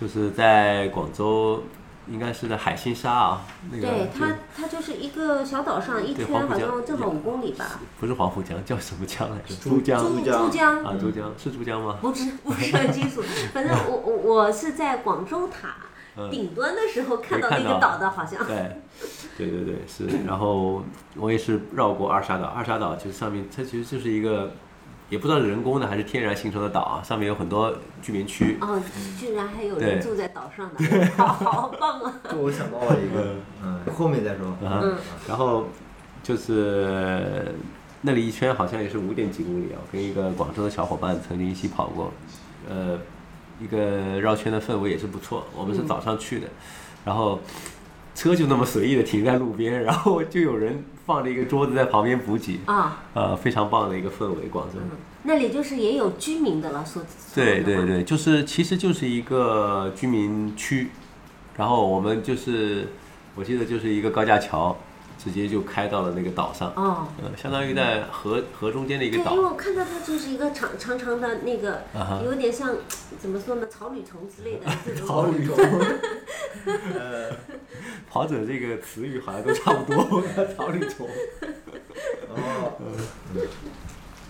Speaker 3: 就是在广州，应该是在海心沙啊，那个
Speaker 2: 对，
Speaker 3: 就
Speaker 2: 它它就是一个小岛上一
Speaker 3: 对
Speaker 2: 圈，
Speaker 3: 黄浦
Speaker 2: 好
Speaker 3: 江
Speaker 2: 像正好五公里吧。
Speaker 3: 不是黄浦江，叫什么江来着？
Speaker 1: 珠
Speaker 3: 江
Speaker 1: 珠
Speaker 2: 珠
Speaker 1: 江
Speaker 2: 珠江
Speaker 3: 啊，珠江是珠江吗？
Speaker 2: 不是 不是很清楚，反正我我我是在广州塔
Speaker 3: 嗯
Speaker 2: 顶端的时候看到
Speaker 3: 没
Speaker 2: 那
Speaker 3: 看
Speaker 2: 个
Speaker 3: 到
Speaker 2: 岛的，好像。
Speaker 3: 对，对对对是。然后我也是绕过二沙岛，二沙岛就是上面它其实就是一个，也不知道是人工的还是天然形成的岛啊，上面有很多居民区。
Speaker 2: 哦，居然还有
Speaker 3: 对
Speaker 2: 人住在岛上的，好好棒 啊！
Speaker 1: 就我想到了一个，嗯，后面再说。
Speaker 3: 啊，然后就是呃那里一圈好像也是五点几公里啊，我跟一个广州的小伙伴曾经一起跑过，呃，一个绕圈的氛围也是不错。我们是早上去的，然后车就那么随意的停在路边，然后就有人放着一个桌子在旁边补给，
Speaker 2: 啊，
Speaker 3: 呃，非常棒的一个氛围，广州。
Speaker 2: 那里就是也有居民的了，说说
Speaker 3: 对
Speaker 2: 实话
Speaker 3: 对对，就是其实就是一个居民区，然后我们就是我记得就是一个高架桥，直接就开到了那个岛上，
Speaker 2: 哦，
Speaker 3: 呃，相当于在河河中间的一
Speaker 2: 对，因
Speaker 3: 个岛
Speaker 2: 为。我看到它就是一个长长长的那个
Speaker 3: 啊哈，
Speaker 2: 有点像怎么说呢，草履虫之类的这种。
Speaker 3: 草履虫
Speaker 1: 呃，
Speaker 3: 跑者这个词语好像都差不多， 草履虫。
Speaker 1: 哦，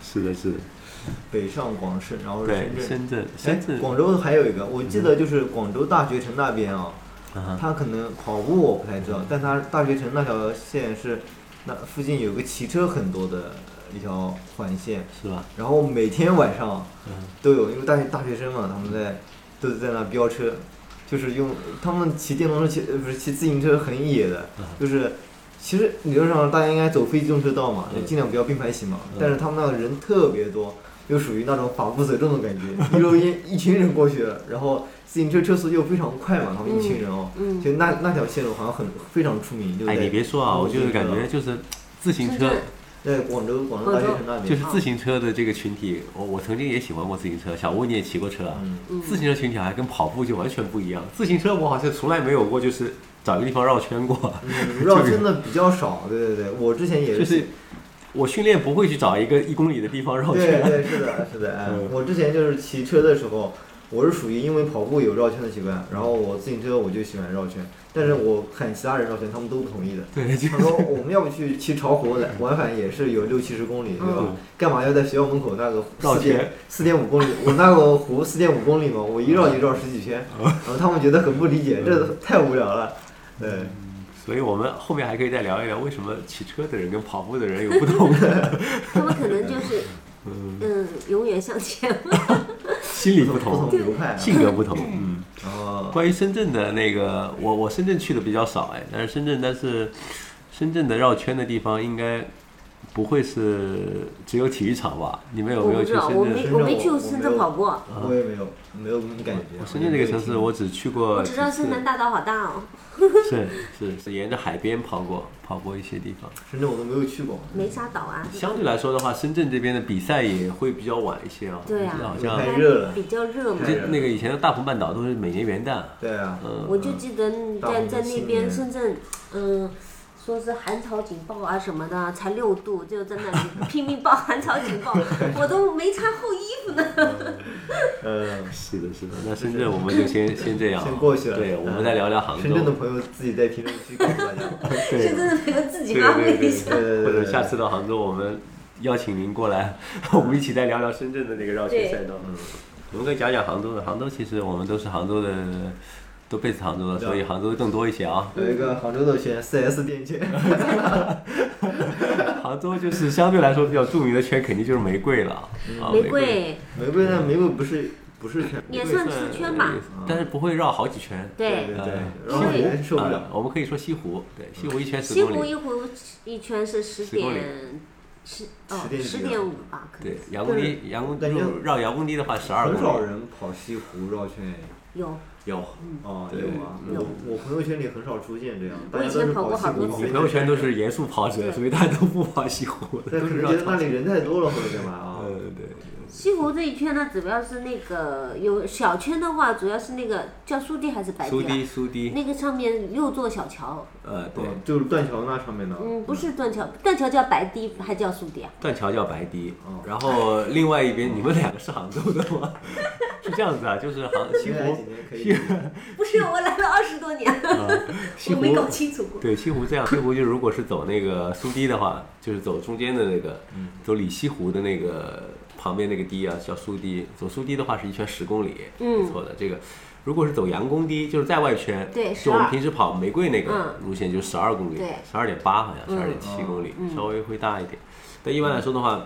Speaker 3: 是的，是的，
Speaker 1: 北上广深，然后是
Speaker 3: 对，
Speaker 1: 深圳。
Speaker 3: 深圳，
Speaker 1: 哎
Speaker 3: 深圳，嗯
Speaker 1: 广州还有一个，我记得就是广州大学城那边啊，
Speaker 3: 啊哈，
Speaker 1: 它可能跑步我不太
Speaker 3: 嗯
Speaker 1: 知道，但它大学城那条线是，那附近有个骑车很多的一条环线，
Speaker 3: 是吧？
Speaker 1: 然后每天晚上
Speaker 3: 嗯，
Speaker 1: 都有，因为大学大学生嘛，他们在都在那飙车，就是用他们骑电动车骑呃不是骑自行车很野的
Speaker 3: 嗯，
Speaker 1: 就是其实理论上大家应该走非机动车道嘛，
Speaker 3: 嗯
Speaker 1: 就尽量不要并排行嘛，
Speaker 3: 嗯
Speaker 1: 但是他们那个人特别多。就属于那种法不责众的感觉， 一路一一群人过去了，然后自行车车速又非常快嘛，他们一群人哦，
Speaker 2: 嗯，
Speaker 1: 就那那条线路好像很非常出名，就
Speaker 3: 哎，你
Speaker 1: 在
Speaker 3: 别说啊，我就是感觉就是自行
Speaker 2: 深
Speaker 3: 车
Speaker 2: 圳，
Speaker 1: 在广州广州大学城那边，
Speaker 3: 就是自行车的这个群体，我我曾经也喜欢过自行车，小吴你也骑过车啊。
Speaker 1: 嗯，
Speaker 2: 嗯
Speaker 3: 自行车群体好像跟跑步就完全不一样，自行车我好像从来没有过，就是找一个地方绕圈过，
Speaker 1: 嗯绕圈的比较少，对对对，我之前也
Speaker 3: 就是是我训练不会去找一个一公里的地方绕
Speaker 1: 对
Speaker 3: 圈。
Speaker 1: 对，是的，是的。哎
Speaker 3: 嗯，
Speaker 1: 我之前就是骑车的时候，我是属于因为跑步有绕圈的习惯，然后我自行车我就喜欢绕圈，但是我喊其他人绕圈，他们都不同意的。
Speaker 3: 对，就
Speaker 1: 他说我们要不去骑巢湖来往返也是有六七十公里，对吧
Speaker 3: 嗯？
Speaker 1: 干嘛要在学校门口那个
Speaker 3: 绕
Speaker 1: 四
Speaker 3: 圈
Speaker 1: 点四点五公里？我那个湖四点五公里嘛，我一绕
Speaker 3: 嗯
Speaker 1: 就绕十几圈，然后他们觉得很不理解，这太无聊了。对，
Speaker 3: 所以我们后面还可以再聊一聊为什么骑车的人跟跑步的人有不同 的
Speaker 2: 他们可能 就是嗯，永远向前。
Speaker 3: 心理不
Speaker 1: 不同
Speaker 3: 同、
Speaker 1: 流派啊。
Speaker 3: 性格不同。嗯，
Speaker 1: 然后
Speaker 3: 关于深圳的那个，我我深圳去的比较少哎，但是深圳，但是深圳的绕圈的地方应该不会是只有体育场吧？你们有
Speaker 2: 我
Speaker 3: 没
Speaker 2: 不
Speaker 3: 有去
Speaker 2: 知道，
Speaker 3: 深
Speaker 2: 我
Speaker 3: 圳？
Speaker 2: 没我没去过深圳跑过，
Speaker 1: 我也没有没有感觉。啊
Speaker 3: 深圳这个城市，我只去过
Speaker 2: 我
Speaker 3: 几
Speaker 2: 只知道
Speaker 3: 次
Speaker 2: 深，南大道好大哦，
Speaker 3: 是是是沿着海边跑过，跑过一些地方。
Speaker 1: 深圳我都没有去过。
Speaker 2: 没啥岛啊。
Speaker 3: 相对来说的话，深圳这边的比赛也会比较晚一些啊。
Speaker 2: 对
Speaker 3: 我
Speaker 2: 啊
Speaker 3: 记得好
Speaker 1: 太
Speaker 3: 像
Speaker 1: 热了
Speaker 2: 比较热嘛
Speaker 1: 太。热
Speaker 3: 就那个以前的大鹏半岛都是每年元旦，
Speaker 1: 对啊，
Speaker 3: 嗯，
Speaker 2: 我就记得
Speaker 1: 大
Speaker 2: 在
Speaker 1: 红
Speaker 2: 在那
Speaker 1: 新
Speaker 2: 边
Speaker 1: 年
Speaker 2: 深圳，嗯，说是寒潮警报啊什么的，才六度，就在那 里拼命报寒潮警报，我都没穿厚衣服呢。
Speaker 1: 呃，
Speaker 3: 是的，是的。那深圳我们就先先这样啊，
Speaker 1: 先过去了。
Speaker 3: 对，我们
Speaker 1: 嗯
Speaker 3: 再聊聊杭州。
Speaker 1: 深圳的朋友自己在评论区告诉大家。
Speaker 3: 对
Speaker 2: 深圳的朋友自己
Speaker 3: 对
Speaker 2: 安
Speaker 3: 对
Speaker 2: 慰一
Speaker 3: 对
Speaker 2: 下。
Speaker 1: 对对对
Speaker 3: 或者下次到杭州，我们邀请您过来，我们一起再聊聊深圳的那个绕圈赛道。嗯，我们可以讲讲杭州的。杭州其实我们都是杭州的，都 base 杭州的，
Speaker 1: 对
Speaker 3: 所以杭州更多一些啊。
Speaker 1: 有一个杭州的圈，4S 店圈，
Speaker 3: 杭州就是相对来说比较著名的圈，肯定就是玫瑰了啊。
Speaker 2: 嗯玫
Speaker 3: 瑰
Speaker 2: 瑰
Speaker 1: 玫瑰呢？玫瑰不是不是圈，
Speaker 2: 也算是圈吧，
Speaker 3: 但是不会绕好几圈。
Speaker 1: 对对。
Speaker 2: 对
Speaker 3: 呃
Speaker 1: 对，然后
Speaker 2: 因为
Speaker 1: 人受不
Speaker 3: 啊
Speaker 1: 了。
Speaker 3: 我们可以说西湖，对，
Speaker 1: 嗯
Speaker 3: 西湖一圈十
Speaker 2: 西
Speaker 3: 公
Speaker 2: 湖
Speaker 3: 里，
Speaker 2: 一湖一圈是十
Speaker 3: 10公里
Speaker 2: 点十哦
Speaker 1: 10.5
Speaker 2: 十点五吧，可能
Speaker 3: 对，杨公堤，杨公
Speaker 1: 但是
Speaker 3: 入绕杨公堤的话十二
Speaker 1: 很少
Speaker 3: 公里，
Speaker 1: 人跑西湖绕圈哎
Speaker 2: 有。
Speaker 3: 有。
Speaker 1: 哦，
Speaker 3: 对嗯
Speaker 1: 有啊，
Speaker 2: 有
Speaker 1: 我我朋友圈里很少出现这样，
Speaker 2: 我
Speaker 1: 大家
Speaker 2: 以
Speaker 1: 都
Speaker 2: 前
Speaker 1: 是
Speaker 2: 跑过
Speaker 1: 西
Speaker 2: 好多
Speaker 1: 湖。
Speaker 2: 次
Speaker 3: 你朋友圈都是严肃跑者，
Speaker 2: 对
Speaker 3: 所以大家都不跑西湖，
Speaker 1: 但
Speaker 3: 都
Speaker 1: 可
Speaker 3: 是
Speaker 1: 能
Speaker 3: 绕
Speaker 1: 觉得那
Speaker 3: 场。
Speaker 1: 里人太多了或者干嘛啊？
Speaker 3: 嗯，对，
Speaker 2: 西湖这一圈呢，主要是那个有小圈的话，主要是那个叫苏堤还是白
Speaker 3: 苏
Speaker 2: 堤啊？
Speaker 3: 堤苏堤，
Speaker 2: 那个上面六座小桥，
Speaker 3: 呃，对，
Speaker 1: 哦，就是断桥那上面的。
Speaker 2: 嗯，不是断桥，断桥叫白堤还叫苏堤啊？
Speaker 3: 断桥叫白堤
Speaker 1: 哦，
Speaker 3: 然后另外一边，你们两个是杭州的吗？ 是这样子啊，就是杭西
Speaker 1: 未来几
Speaker 3: 湖，
Speaker 1: 年可以
Speaker 2: 不是，我来了二十多 年了，
Speaker 3: 啊，西
Speaker 2: 我没搞
Speaker 3: 湖，
Speaker 2: 清楚过。
Speaker 3: 对，西湖 这样，西湖就如果是走那个苏堤的话，就是走中间的那个，走里西湖的那个旁边那个堤啊，叫苏堤。走苏堤的话是一圈十公里，
Speaker 2: 嗯
Speaker 3: 不错的。这个如果是走杨公堤，就是在外圈，
Speaker 2: 对
Speaker 3: 就我们
Speaker 2: 12
Speaker 3: 平时跑玫瑰那个
Speaker 2: 嗯
Speaker 3: 路线就十二公里
Speaker 2: 对，
Speaker 3: 十二点八好像，
Speaker 2: 嗯
Speaker 3: 十二点七公里，稍微会大一点。但一般来说的话，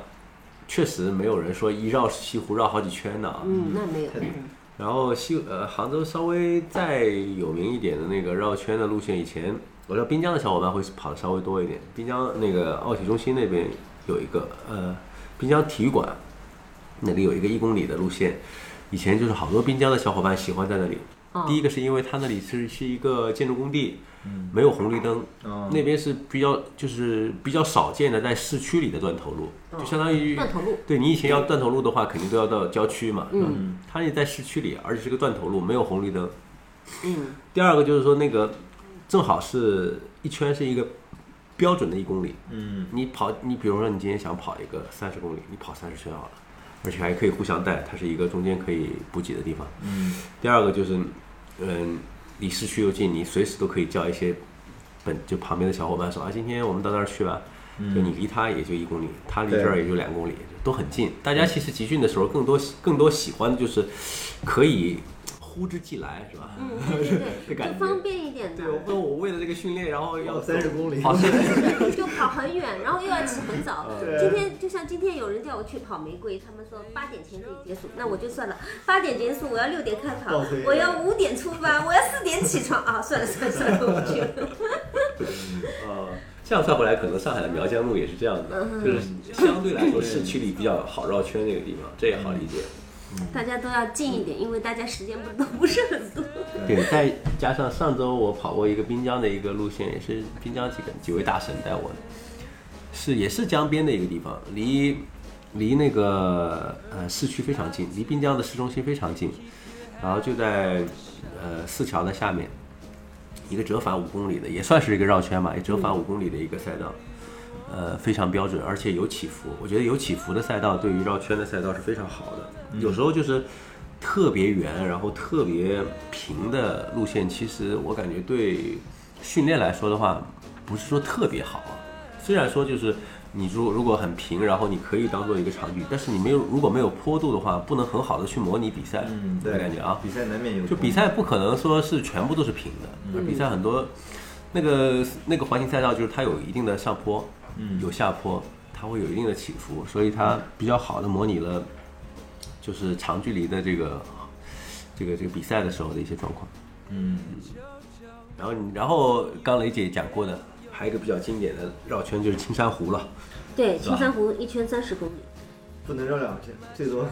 Speaker 3: 确实没有人说一绕西湖绕好几圈的啊。
Speaker 2: 嗯，那没有。
Speaker 3: 然后西呃杭州稍微再有名一点的那个绕圈的路线，以前我知道滨江的小伙伴会跑的稍微多一点。滨江那个奥体中心那边有一个呃滨江体育馆，那里有一个一公里的路线，以前就是好多滨江的小伙伴喜欢在那里。
Speaker 2: 哦
Speaker 3: 第一个是因为它那里是是一个建筑工地，没有红绿灯，
Speaker 1: 哦
Speaker 3: 那边是比较就是比较少见的在市区里的断头路，就相当于
Speaker 2: 断头路
Speaker 3: 对你以前要断头路的话，肯定都要到郊区嘛。
Speaker 2: 嗯，
Speaker 3: 它也在市区里，而且是个断头路，没有红绿灯。
Speaker 2: 嗯，
Speaker 3: 第二个就是说那个正好是一圈是一个标准的一公里。
Speaker 1: 嗯，
Speaker 3: 你跑，你比如说你今天想跑一个三十公里，你跑三十圈好了，而且还可以互相带，它是一个中间可以补给的地方。
Speaker 1: 嗯，
Speaker 3: 第二个就是，嗯，离市区又近，你随时都可以叫一些本就旁边的小伙伴说啊，今天我们到那儿去吧。
Speaker 1: 嗯
Speaker 3: 就你离他也就一公里，他离这儿也就两公里，都很近。大家其实集训的时候，更多更多喜欢的就是可以呼之即来，是吧？
Speaker 2: 嗯， 对对
Speaker 3: 这
Speaker 2: 对，
Speaker 3: 感
Speaker 2: 就
Speaker 3: 觉
Speaker 2: 方便一点的
Speaker 3: 对，，我问我为了这个训练，然后要
Speaker 1: 要 哦三十公里，
Speaker 3: 跑三十
Speaker 2: 就跑很远，然后又要起很早。
Speaker 1: 对
Speaker 2: 今天就像今天有人叫我去跑玫瑰，他们说八点前可以结束，那我就算了，八点结束，我要六点开跑
Speaker 1: 报黑，
Speaker 2: 我要五点出 发，我要四点起床啊！算了算了算了，我不去了。
Speaker 3: 呃，这样算回来，可能上海的苗疆路也是这样的，就是相嗯对来说市区里比较好绕圈那个地方，这也好理解。
Speaker 2: 大家都要近一点，因为大家时间不都不是很多。
Speaker 3: 对，再加上上周我跑过一个滨江的一个路线，也是滨江几个几位大神带我的，是也是江边的一个地方，离离那个呃市区非常近，离滨江的市中心非常近，然后就在呃四桥的下面，一个折返五公里的，也算是一个绕圈吧，也折返五公里的一个赛道。呃，非常标准，而且有起伏。我觉得有起伏的赛道对于绕圈的赛道是非常好的。
Speaker 1: 嗯
Speaker 3: 有时候就是特别圆，然后特别平的路线，其实我感觉对训练来说的话，不是说特别好。虽然说就是你如如果很平，然后你可以当做一个长距，但是你没有如果没有坡度的话，不能很好的去模拟比赛。
Speaker 1: 嗯，
Speaker 3: 我
Speaker 1: 对，
Speaker 3: 感觉啊，
Speaker 1: 比赛难免有，
Speaker 3: 就比，赛不可能说是全部都是平的，
Speaker 1: 嗯
Speaker 3: 比赛很多那个那个环形赛道就是它有一定的上坡，
Speaker 1: 嗯
Speaker 3: 有下坡，它会有一定的起伏，所以它比较好的模拟了就是长距离的这个这个这个比赛的时候的一些状况。
Speaker 1: 嗯，
Speaker 3: 然后你然后刚雷姐讲过的，还有一个比较经典的绕圈就是青山 湖了
Speaker 2: 对，
Speaker 3: 是
Speaker 2: 青
Speaker 3: 吧
Speaker 2: 山湖一圈三十公里，
Speaker 1: 不能绕两圈，最多，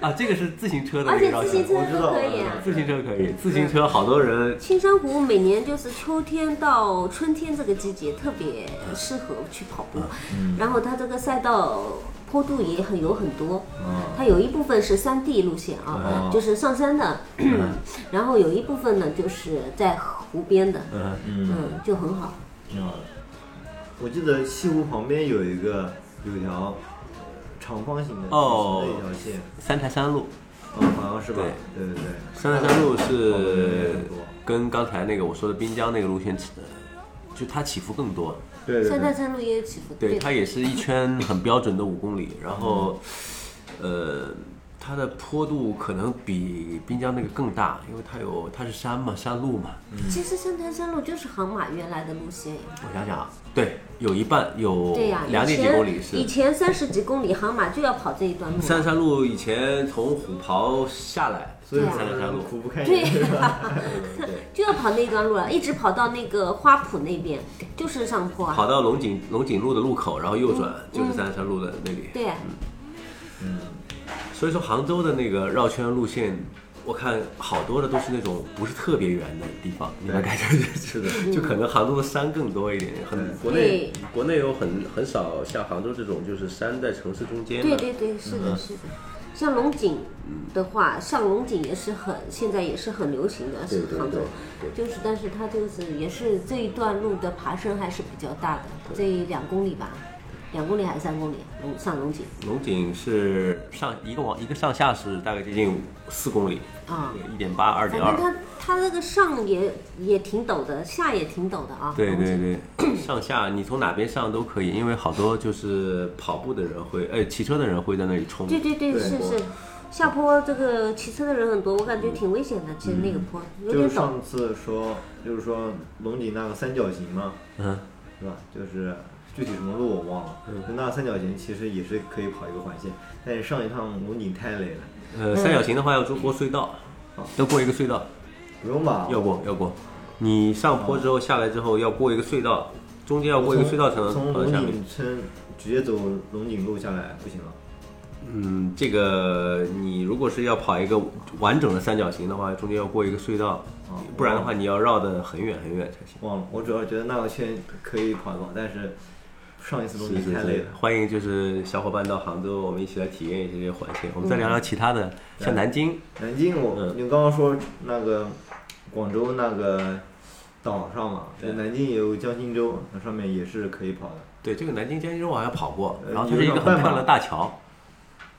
Speaker 3: 啊，这个是自行车的
Speaker 2: 而
Speaker 3: 一个
Speaker 2: 且
Speaker 3: 绕
Speaker 2: 哦自行
Speaker 3: 圈
Speaker 2: 车。
Speaker 1: 我知
Speaker 2: 都
Speaker 1: 道
Speaker 2: 可以
Speaker 1: 我知
Speaker 2: 啊
Speaker 1: 道。
Speaker 3: 自行车可以，自行车好多人
Speaker 2: 青山湖每年就是秋天到春天这个季节特别适合去跑步，
Speaker 3: 嗯
Speaker 2: 然后它这个赛道坡度也很有很多，
Speaker 3: 嗯
Speaker 2: 它有一部分是山地路线啊
Speaker 1: 哦，
Speaker 2: 就是上山的，
Speaker 3: 嗯
Speaker 2: 然后有一部分呢就是在湖边的，
Speaker 3: 嗯
Speaker 1: 嗯，
Speaker 2: 嗯，就很好。
Speaker 1: 挺好的。 我记得西湖旁边有一个有一条长方形的
Speaker 3: 哦
Speaker 1: 直直的一条线，
Speaker 3: 三台山路，
Speaker 1: 嗯，好像是吧？对对对，
Speaker 3: 三台山路是跟刚才那个我说的滨江那个路线，呃就它起伏更多。
Speaker 1: 对对
Speaker 2: 三大
Speaker 1: 对，
Speaker 2: 山路也有起伏，
Speaker 3: 对，它也是一圈很标准的五公里，然后，呃，它的坡度可能比滨江那个更大，因为它有它是山嘛，山路嘛。
Speaker 2: 其实三潭山路就是杭马原来的路线呀。
Speaker 3: 我想想啊，对，有一半有
Speaker 2: 对呀、
Speaker 3: 哦两
Speaker 2: 以
Speaker 3: 点几
Speaker 2: 前
Speaker 3: 公里
Speaker 2: 以
Speaker 3: 是。
Speaker 2: 前三十几公里杭马就要跑这一段路啊，
Speaker 3: 三山路以前从虎跑下来，
Speaker 1: 所以
Speaker 3: 三山路
Speaker 1: 说苦不堪
Speaker 2: 对
Speaker 1: 言，是 吧？
Speaker 2: 就要跑那段路了，一直跑到那个花圃那边，就是上坡啊。
Speaker 3: 跑到龙井龙井路的路口，然后右转就是三山路的那里。
Speaker 2: 对，
Speaker 3: 所以说杭州的那个绕圈路线，我看好多的都是那种不是特别远的地方，你们感觉就是的，就可能杭州的山更多一点，很
Speaker 1: 对
Speaker 3: 国内国内有很很少像杭州这种就是山在城市中间
Speaker 2: 对
Speaker 3: 的，嗯
Speaker 2: 对对，是的，是的。像龙井的话，上龙井也是很现在也是很流行的，
Speaker 3: 对
Speaker 2: 是
Speaker 3: 对
Speaker 2: 杭州
Speaker 3: 对。
Speaker 2: 就是，但是它就是也是这一段路的爬升还是比较大的，这两公里吧，两公里还是三公里？龙上龙井
Speaker 3: 龙井是上一个往一个上下是大概接近四公里，
Speaker 2: 啊，
Speaker 3: 一点八二
Speaker 2: 反
Speaker 3: 点
Speaker 2: 正
Speaker 3: 二，
Speaker 2: 它它哦那个上也也挺陡的，下也挺陡的啊。
Speaker 3: 对
Speaker 2: 龙井
Speaker 3: 对对，上下你从哪边上都可以，因为好多就是跑步的人会，呃，骑车的人会在那里冲，
Speaker 2: 对对对，
Speaker 1: 对
Speaker 2: 是
Speaker 3: 坡
Speaker 2: 是，下坡这个骑车的人很多，我感觉挺危险的。其实那个坡有
Speaker 1: 嗯就
Speaker 2: 点
Speaker 1: 是
Speaker 2: 陡，
Speaker 1: 上次说，就是说龙井那个三角形嘛，
Speaker 3: 嗯，
Speaker 1: 是吧？就是具体什么路我忘了，就那三角形其实也是可以跑一个环线，但是上一趟龙井太累了，
Speaker 3: 呃，三角形的话要过隧道，
Speaker 2: 嗯
Speaker 3: 要过一个隧道，
Speaker 1: 不用吧？
Speaker 3: 要过要过。你上坡之后下来之后要过一个隧道，中间要过一个隧道才能
Speaker 1: 从
Speaker 3: 跑到
Speaker 1: 龙
Speaker 3: 下面。
Speaker 1: 井村直接走龙井路下来不行了。
Speaker 3: 嗯，这个你如果是要跑一个完整的三角形的话，中间要过一个隧道
Speaker 1: 哦，
Speaker 3: 不然的话你要绕得很远很远才行。
Speaker 1: 忘了，我主要觉得那个圈可以跑一跑，但是上一次龙
Speaker 3: 是
Speaker 1: 井
Speaker 3: 是
Speaker 1: 太累
Speaker 3: 是
Speaker 1: 了，，
Speaker 3: 欢迎就是小伙伴到杭州，我们一起来体验一下这些环线。我们再
Speaker 1: 嗯
Speaker 3: 聊聊其他的，像南京，
Speaker 1: 南京我、
Speaker 3: 嗯
Speaker 1: 你刚刚说那个广州那个岛上嘛，
Speaker 3: 对
Speaker 1: 南京也有江心洲，那上面也是可以跑的
Speaker 3: 对，这个南京江心洲我好像跑过，
Speaker 1: 呃
Speaker 3: 然后它是一
Speaker 1: 有
Speaker 3: 个
Speaker 1: 一
Speaker 3: 很
Speaker 1: 个半
Speaker 3: 漂亮的大桥，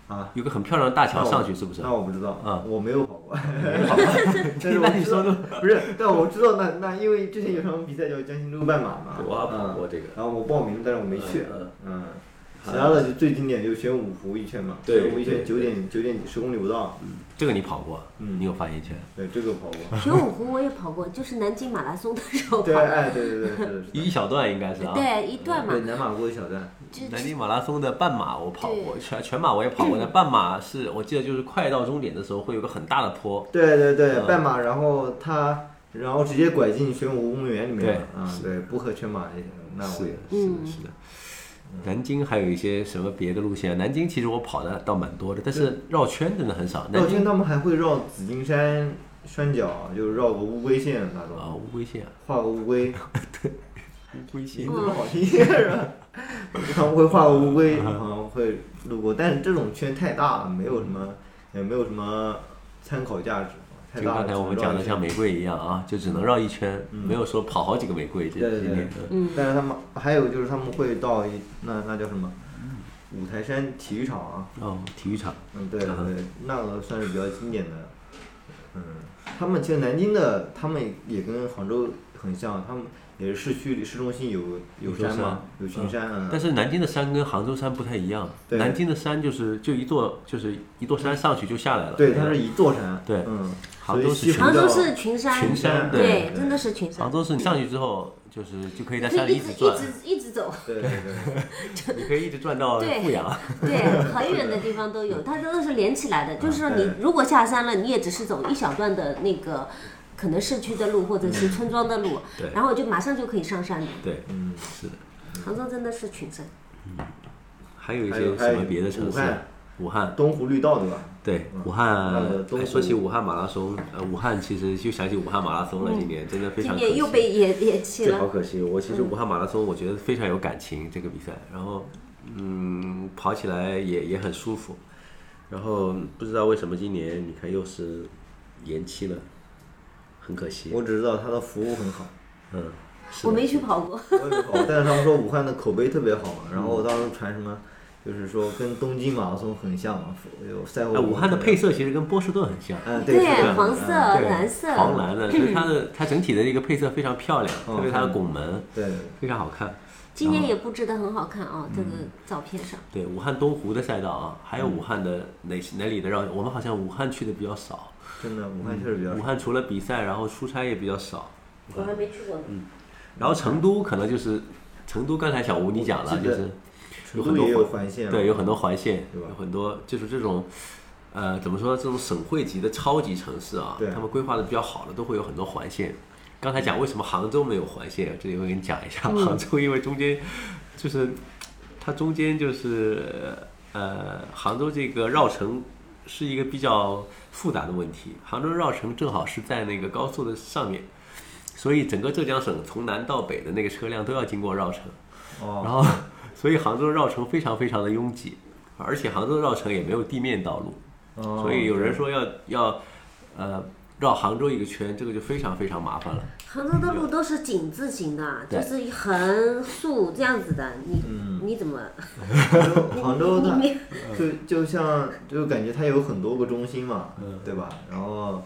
Speaker 1: 啊。
Speaker 3: 有个很漂亮的大桥
Speaker 1: 那我
Speaker 3: 上去，是不是？
Speaker 1: 那我不知道，
Speaker 3: 嗯
Speaker 1: 我没有跑过，
Speaker 3: 没跑过
Speaker 1: 哦 但是
Speaker 3: 那
Speaker 1: 我
Speaker 3: 你
Speaker 1: 知
Speaker 3: 说
Speaker 1: 道
Speaker 3: 说，
Speaker 1: 不是，但我知道那那因为之前有场比赛叫江心洲半马嘛，
Speaker 3: 我跑过
Speaker 1: 嗯
Speaker 3: 这个，
Speaker 1: 然后我报名，但是我没去，
Speaker 3: 嗯
Speaker 1: 嗯，其他的就最经典就是玄武湖一圈嘛，
Speaker 3: 对
Speaker 1: 玄武一
Speaker 3: 对
Speaker 1: 圈九点九点几十公里不到，
Speaker 3: 这个你跑过，
Speaker 1: 嗯
Speaker 3: 你有发言权。
Speaker 1: 对这个跑 过，
Speaker 2: 玄武湖我也跑过，就是南京马拉松的时候跑
Speaker 1: 对，
Speaker 2: 的，
Speaker 1: 哎，对对对，是的，是
Speaker 3: 一
Speaker 1: 的，
Speaker 3: 小段应该是啊，
Speaker 2: 对一段嘛
Speaker 1: 对，南马过一小段，
Speaker 2: 就
Speaker 3: 南京马拉松的半马我跑过，
Speaker 2: 对嗯
Speaker 3: 全全马我也跑过。那半马是我记得就是快到终点的时候会有个很大的坡，
Speaker 1: 对对对，
Speaker 3: 嗯
Speaker 1: 半马，然后它然后直接拐进玄武湖公园里面了，
Speaker 3: 对
Speaker 1: 啊，
Speaker 3: 是
Speaker 1: 对，不和全马那那我
Speaker 3: 是
Speaker 1: 也
Speaker 3: 的，是
Speaker 2: 嗯
Speaker 3: 的，是的。南京还有一些什么别的路线？啊南京其实我跑的倒蛮多的，但是绕圈真的很少。南
Speaker 1: 绕
Speaker 3: 京
Speaker 1: 圈他们还会绕紫金山山脚，就是绕个乌龟线那种，
Speaker 3: 啊，乌龟线啊，
Speaker 1: 画个乌龟，
Speaker 3: 乌龟线
Speaker 1: 名字好听一点是吧？ 他们会画个乌龟，好像会路过，但是这种圈太大了，没有什么，也没有什么参考价值，太
Speaker 3: 就
Speaker 1: 大了。
Speaker 3: 刚才我们讲的像玫瑰一样啊，就只能绕一圈，
Speaker 1: 嗯
Speaker 3: 没有说跑好几个玫瑰。这
Speaker 1: 对对
Speaker 3: 今
Speaker 1: 对
Speaker 3: 天嗯
Speaker 2: 嗯，
Speaker 1: 但是他们还有就是他们会到一那那叫什么？五台山体育场啊，
Speaker 3: 哦，体育场
Speaker 1: 嗯，对对
Speaker 3: 啊
Speaker 1: 对，那个算是比较经典的。嗯，他们其实南京的，他们也跟杭州很像，他们也是市区里市中心有有
Speaker 3: 有座
Speaker 1: 山嘛
Speaker 3: 山，嗯
Speaker 1: 有群山啊。
Speaker 3: 但是南京的山跟杭州山不太一样，
Speaker 1: 对
Speaker 3: 南京的山就是就一座就是一座山上去就下来了，
Speaker 1: 对，它是一座山。
Speaker 3: 对
Speaker 1: 嗯，
Speaker 3: 杭州是
Speaker 1: 所以西湖
Speaker 2: 杭州
Speaker 1: 的
Speaker 2: 是群山，
Speaker 3: 群山
Speaker 1: 对
Speaker 2: 对，真的是群山
Speaker 3: 杭，州是你上去之后就是就可以在
Speaker 2: 可
Speaker 3: 山
Speaker 2: 以
Speaker 3: 里
Speaker 2: 一直
Speaker 3: 直
Speaker 2: 一
Speaker 3: 转，
Speaker 2: 直一直走，
Speaker 1: 对对 对，
Speaker 3: 你可以一直转到
Speaker 2: 对
Speaker 3: 富阳，
Speaker 2: 对，很远的地方都有，它真的是连起来的。就是说，你
Speaker 1: 嗯对
Speaker 2: 如果下山了，你也只是走一小段的那个，可能市区的路或者是村庄的路，
Speaker 3: 对
Speaker 2: 然后就马上就可以上山了。
Speaker 3: 对，
Speaker 1: 嗯，
Speaker 3: 是的。
Speaker 2: 杭州真的是群山，
Speaker 3: 还有一
Speaker 1: 还有
Speaker 3: 些
Speaker 1: 还
Speaker 3: 什
Speaker 1: 有
Speaker 3: 么别的城
Speaker 1: 武
Speaker 3: 市
Speaker 1: 汉？
Speaker 3: 武汉，
Speaker 1: 东湖绿道对吧？
Speaker 3: 对
Speaker 1: 嗯，
Speaker 3: 武汉
Speaker 1: 那个。东
Speaker 3: 哎
Speaker 1: 湖
Speaker 3: 说起武汉马拉松，呃，武汉其实就想起武汉马拉松了，今年真的非
Speaker 2: 嗯今
Speaker 3: 常可
Speaker 2: 年
Speaker 3: 惜。
Speaker 2: 又被野野弃
Speaker 3: 这好
Speaker 2: 了。嗯
Speaker 3: 可惜，我其实武汉马拉松我觉得非常有感情这个比赛，然后嗯跑起来也也很舒服，然后不知道为什么今年你看又是延期了，很可惜。
Speaker 1: 我只知道它的服务很好，
Speaker 3: 嗯，是
Speaker 2: 我
Speaker 3: 的
Speaker 2: 没去跑过，
Speaker 1: 我也没跑过，但是他们说武汉的口碑特别好嘛，然后我当时传什么，就是说跟东京马拉松很像嘛，有赛后
Speaker 3: 哎，武汉的配，色其实跟波士顿很像。
Speaker 1: 嗯，
Speaker 2: 对
Speaker 1: 是的，
Speaker 2: 黄色
Speaker 1: 嗯
Speaker 3: 对
Speaker 2: 蓝色
Speaker 3: 黄蓝的，所以 它的它整体的一个配色非常漂亮，
Speaker 1: 嗯
Speaker 3: 特别它的拱门
Speaker 1: 对，
Speaker 3: 非常好看。
Speaker 2: 今
Speaker 3: 嗯
Speaker 2: 年也布置的很好看啊、这个照片上。
Speaker 3: 对，武汉东湖的赛道啊，还有
Speaker 1: 嗯
Speaker 3: 武汉的哪哪里的绕，我们好像武汉去的比较少。
Speaker 1: 真的武汉确实比较
Speaker 3: 武
Speaker 1: 少，
Speaker 3: 汉除了比赛，然后出差也比较少。
Speaker 2: 我还没去过呢，
Speaker 3: 嗯然后成都可能就是成都，刚才小吴你讲了，
Speaker 1: 记
Speaker 3: 就
Speaker 1: 得
Speaker 3: 是
Speaker 1: 成
Speaker 3: 有很
Speaker 1: 都
Speaker 3: 多
Speaker 1: 也有
Speaker 3: 环
Speaker 1: 环线，
Speaker 3: 对，有很多环线，
Speaker 1: 对吧
Speaker 3: 有很多就是这种。呃，怎么说？这种省会级的超级城市啊
Speaker 1: 对，
Speaker 3: 他们规划的比较好的都会有很多环线。刚才讲为什么杭州没有环线，这里我给你讲一下。
Speaker 1: 嗯
Speaker 3: 杭州因为中间就是它中间就是呃，杭州这个绕城是一个比较复杂的问题。杭州绕城正好是在那个高速的上面，所以整个浙江省从南到北的那个车辆都要经过绕城。然
Speaker 1: 哦，
Speaker 3: 后， 所以杭州绕城非常非常的拥挤，而且杭州绕城也没有地面道路，
Speaker 1: 哦
Speaker 3: 所以有人说要要呃绕杭州一个圈，这个就非常非常麻烦了。
Speaker 2: 杭州的路都是井字形的，啊就
Speaker 3: 对
Speaker 2: 是横竖这样子的，你、
Speaker 1: 嗯
Speaker 2: 你怎么？
Speaker 1: 杭州杭州
Speaker 2: 你
Speaker 1: 它
Speaker 2: 你
Speaker 1: 就就像就感觉它有很多个中心嘛
Speaker 3: 嗯，
Speaker 1: 对吧？然后